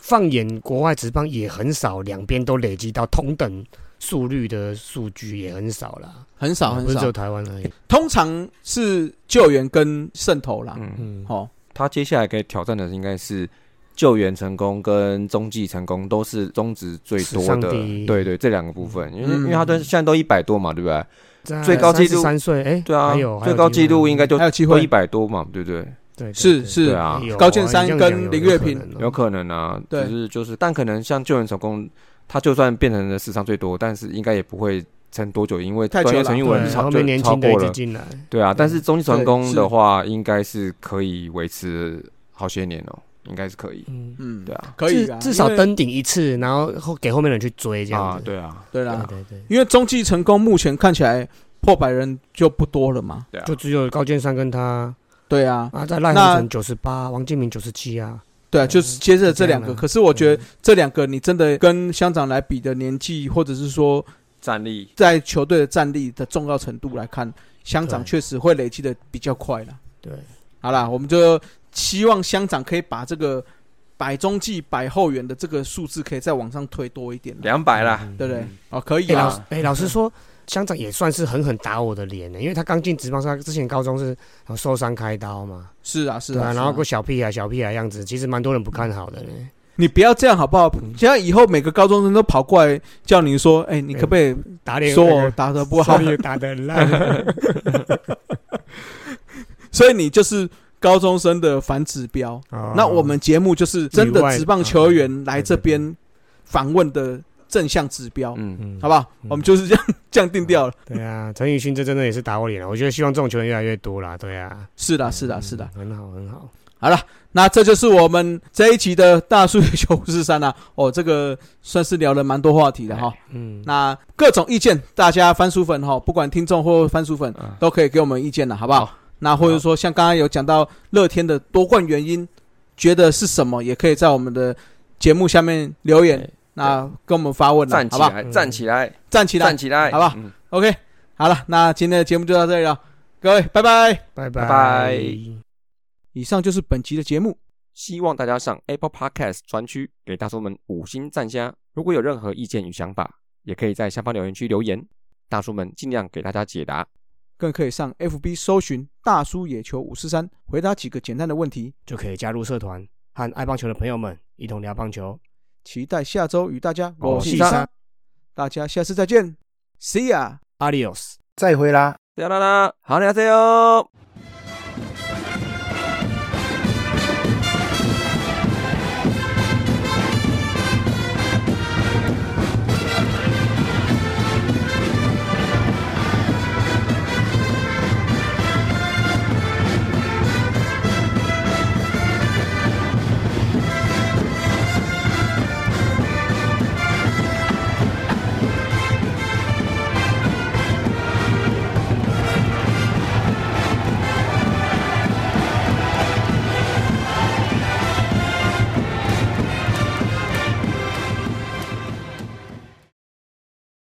[SPEAKER 2] 放眼国外职棒也很少，两边都累积到同等速率的数据也很少啦，哦
[SPEAKER 1] 很少很
[SPEAKER 2] 不是只
[SPEAKER 1] 少
[SPEAKER 2] 有，台湾而已。
[SPEAKER 1] 通常是救援跟渗透啦。
[SPEAKER 3] 嗯。
[SPEAKER 2] 嗯，
[SPEAKER 1] 哦，
[SPEAKER 3] 他接下来可以挑战的应该是救援成功跟中继成功，都是中职最
[SPEAKER 2] 史
[SPEAKER 3] 多
[SPEAKER 2] 上
[SPEAKER 3] 的
[SPEAKER 2] 第一，
[SPEAKER 3] 对对，这两个部分，因为、
[SPEAKER 1] 嗯
[SPEAKER 3] 因为他都现在都一百多嘛，对不对？
[SPEAKER 2] 在
[SPEAKER 3] 最高纪录
[SPEAKER 2] 三岁，哎，
[SPEAKER 3] 对啊
[SPEAKER 2] 还有，
[SPEAKER 3] 最高纪录应该就
[SPEAKER 1] 还有机
[SPEAKER 3] 都
[SPEAKER 1] 会
[SPEAKER 3] 一百多嘛，对不对？
[SPEAKER 2] 对对
[SPEAKER 1] 是
[SPEAKER 2] 对哎
[SPEAKER 1] 是
[SPEAKER 3] 对啊
[SPEAKER 2] 有
[SPEAKER 1] 高建山
[SPEAKER 2] 你这样讲
[SPEAKER 1] 跟
[SPEAKER 2] 有
[SPEAKER 1] 林
[SPEAKER 2] 有
[SPEAKER 1] 岳
[SPEAKER 2] 可
[SPEAKER 1] 平
[SPEAKER 2] 能哦
[SPEAKER 3] 有可能啊，
[SPEAKER 1] 对
[SPEAKER 3] 只是就是，但可能像救援成功，他就算变成了史上最多，但是应该也不会撑多久，因为
[SPEAKER 1] 太
[SPEAKER 3] 专
[SPEAKER 1] 久
[SPEAKER 3] 业
[SPEAKER 1] 了
[SPEAKER 3] 陈玉
[SPEAKER 1] 因
[SPEAKER 2] 对
[SPEAKER 3] 文
[SPEAKER 2] 然
[SPEAKER 3] 超
[SPEAKER 2] 后被年
[SPEAKER 3] 就超
[SPEAKER 2] 轻的一
[SPEAKER 3] 过
[SPEAKER 2] 直
[SPEAKER 3] 了，
[SPEAKER 2] 进来，
[SPEAKER 3] 对啊。但是中继成功
[SPEAKER 1] 对是
[SPEAKER 3] 的话，应该是可以维持好些年哦，应该是可以，
[SPEAKER 2] 嗯，
[SPEAKER 1] 嗯，
[SPEAKER 3] 对啊，
[SPEAKER 1] 可以
[SPEAKER 2] 至
[SPEAKER 1] 啊
[SPEAKER 2] 至少
[SPEAKER 1] 因为
[SPEAKER 2] 登顶一次，然后后给后面的人去追这样
[SPEAKER 3] 啊，
[SPEAKER 2] 子。
[SPEAKER 3] 对啊，
[SPEAKER 1] 对
[SPEAKER 2] 对
[SPEAKER 1] 啦，
[SPEAKER 2] 对对，
[SPEAKER 1] 因为中继成功目前看起来破百人就不多了嘛。
[SPEAKER 3] 对啊
[SPEAKER 2] 就，只有高建山跟他
[SPEAKER 1] 对啊，
[SPEAKER 2] 啊，在赖鸿
[SPEAKER 1] 那
[SPEAKER 2] 成九十八，王建民九十七啊，
[SPEAKER 1] 对啊，就是接着
[SPEAKER 2] 就这
[SPEAKER 1] 这
[SPEAKER 2] 样
[SPEAKER 1] 两
[SPEAKER 2] 啊
[SPEAKER 1] 个。可是我觉得这两个你真的跟乡长来比的年纪，或者是说
[SPEAKER 3] 战力
[SPEAKER 1] 在球队的战力的重要程度来看，乡长
[SPEAKER 2] 对
[SPEAKER 1] 确实会累积的比较快了。
[SPEAKER 2] 对，
[SPEAKER 1] 好啦，我们就希望乡长可以把这个百中计百后援的这个数字可以再往上推多一点，
[SPEAKER 3] 两百啦，
[SPEAKER 1] 对不对
[SPEAKER 3] 嗯？
[SPEAKER 1] 哦，可以
[SPEAKER 2] 哎、老师
[SPEAKER 1] 啊，，
[SPEAKER 2] 哎、老实说，乡长也算是狠狠打我的脸呢、因为他刚进职棒，他之前高中是呃受伤开刀嘛，
[SPEAKER 1] 是啊，是
[SPEAKER 2] 对
[SPEAKER 1] 啊，
[SPEAKER 2] 啊，
[SPEAKER 1] 是啊
[SPEAKER 2] 然后个小屁孩、小屁孩样子，其实蛮多人不看好的呢、
[SPEAKER 1] 你不要这样好不好？
[SPEAKER 2] 嗯
[SPEAKER 1] 现在以后每个高中生都跑过来叫你说，哎，你可不可以
[SPEAKER 2] 打脸
[SPEAKER 1] 说
[SPEAKER 2] 那
[SPEAKER 1] 我
[SPEAKER 2] 个
[SPEAKER 1] 打的不好
[SPEAKER 2] 手？也打的烂，
[SPEAKER 1] [laughs] 所以你就是高中生的反指标。
[SPEAKER 2] 哦
[SPEAKER 1] [laughs] 那我们节目就是真
[SPEAKER 2] 以
[SPEAKER 1] 的
[SPEAKER 2] 外
[SPEAKER 1] 职棒球员来这边访问的正向指标，
[SPEAKER 3] 嗯，
[SPEAKER 2] 嗯
[SPEAKER 1] 好不好？
[SPEAKER 2] 嗯
[SPEAKER 1] 我们就是这样这样定掉了。
[SPEAKER 2] 对啊，陈宇勋这真的也是打我脸了。我觉得希望这种球员越来越多啦，对啊，
[SPEAKER 1] 是的，是的，是的
[SPEAKER 2] 嗯。，很好很好。
[SPEAKER 1] 好了，那这就是我们这一集的大数据九五四三啦。哦，这个算是聊了蛮多话题的哈。
[SPEAKER 2] 嗯，
[SPEAKER 1] 那各种意见，大家番薯粉哈，不管听众或番薯粉
[SPEAKER 3] 啊
[SPEAKER 1] 都可以给我们意见了，好不好？那或者说像刚刚有讲到乐天的夺冠原因，觉得是什么，也可以在我们的节目下面留言
[SPEAKER 3] 对，
[SPEAKER 1] 那跟我们发问了
[SPEAKER 3] 站，起
[SPEAKER 1] 好不好？
[SPEAKER 3] 来，
[SPEAKER 2] 嗯
[SPEAKER 3] 站起来，
[SPEAKER 1] 站起来
[SPEAKER 3] 站起来，
[SPEAKER 1] 好不好
[SPEAKER 3] 嗯？
[SPEAKER 1] ，OK。好了，那今天的节目就到这里了，各位拜拜。
[SPEAKER 2] 拜
[SPEAKER 3] 拜拜
[SPEAKER 1] 以上就是本集的节目。
[SPEAKER 3] 希望大家上 Apple Podcast 专区给大叔们五星赞加。如果有任何意见与想法，也可以在下方留言区留言，大叔们尽量给大家解答。
[SPEAKER 1] 更可以上 FB 搜寻“大叔野球五四三”，回答几个简单的问题。
[SPEAKER 2] 就可以加入社团，和爱棒球的朋友们一同聊棒球。
[SPEAKER 1] 期待下周与大家
[SPEAKER 3] 我
[SPEAKER 2] 是
[SPEAKER 1] 细
[SPEAKER 2] 三
[SPEAKER 1] 沙，大家下次再见，See ya。
[SPEAKER 2] Adios。
[SPEAKER 4] 再会啦。
[SPEAKER 3] 啦啦啦，好，你好，加油！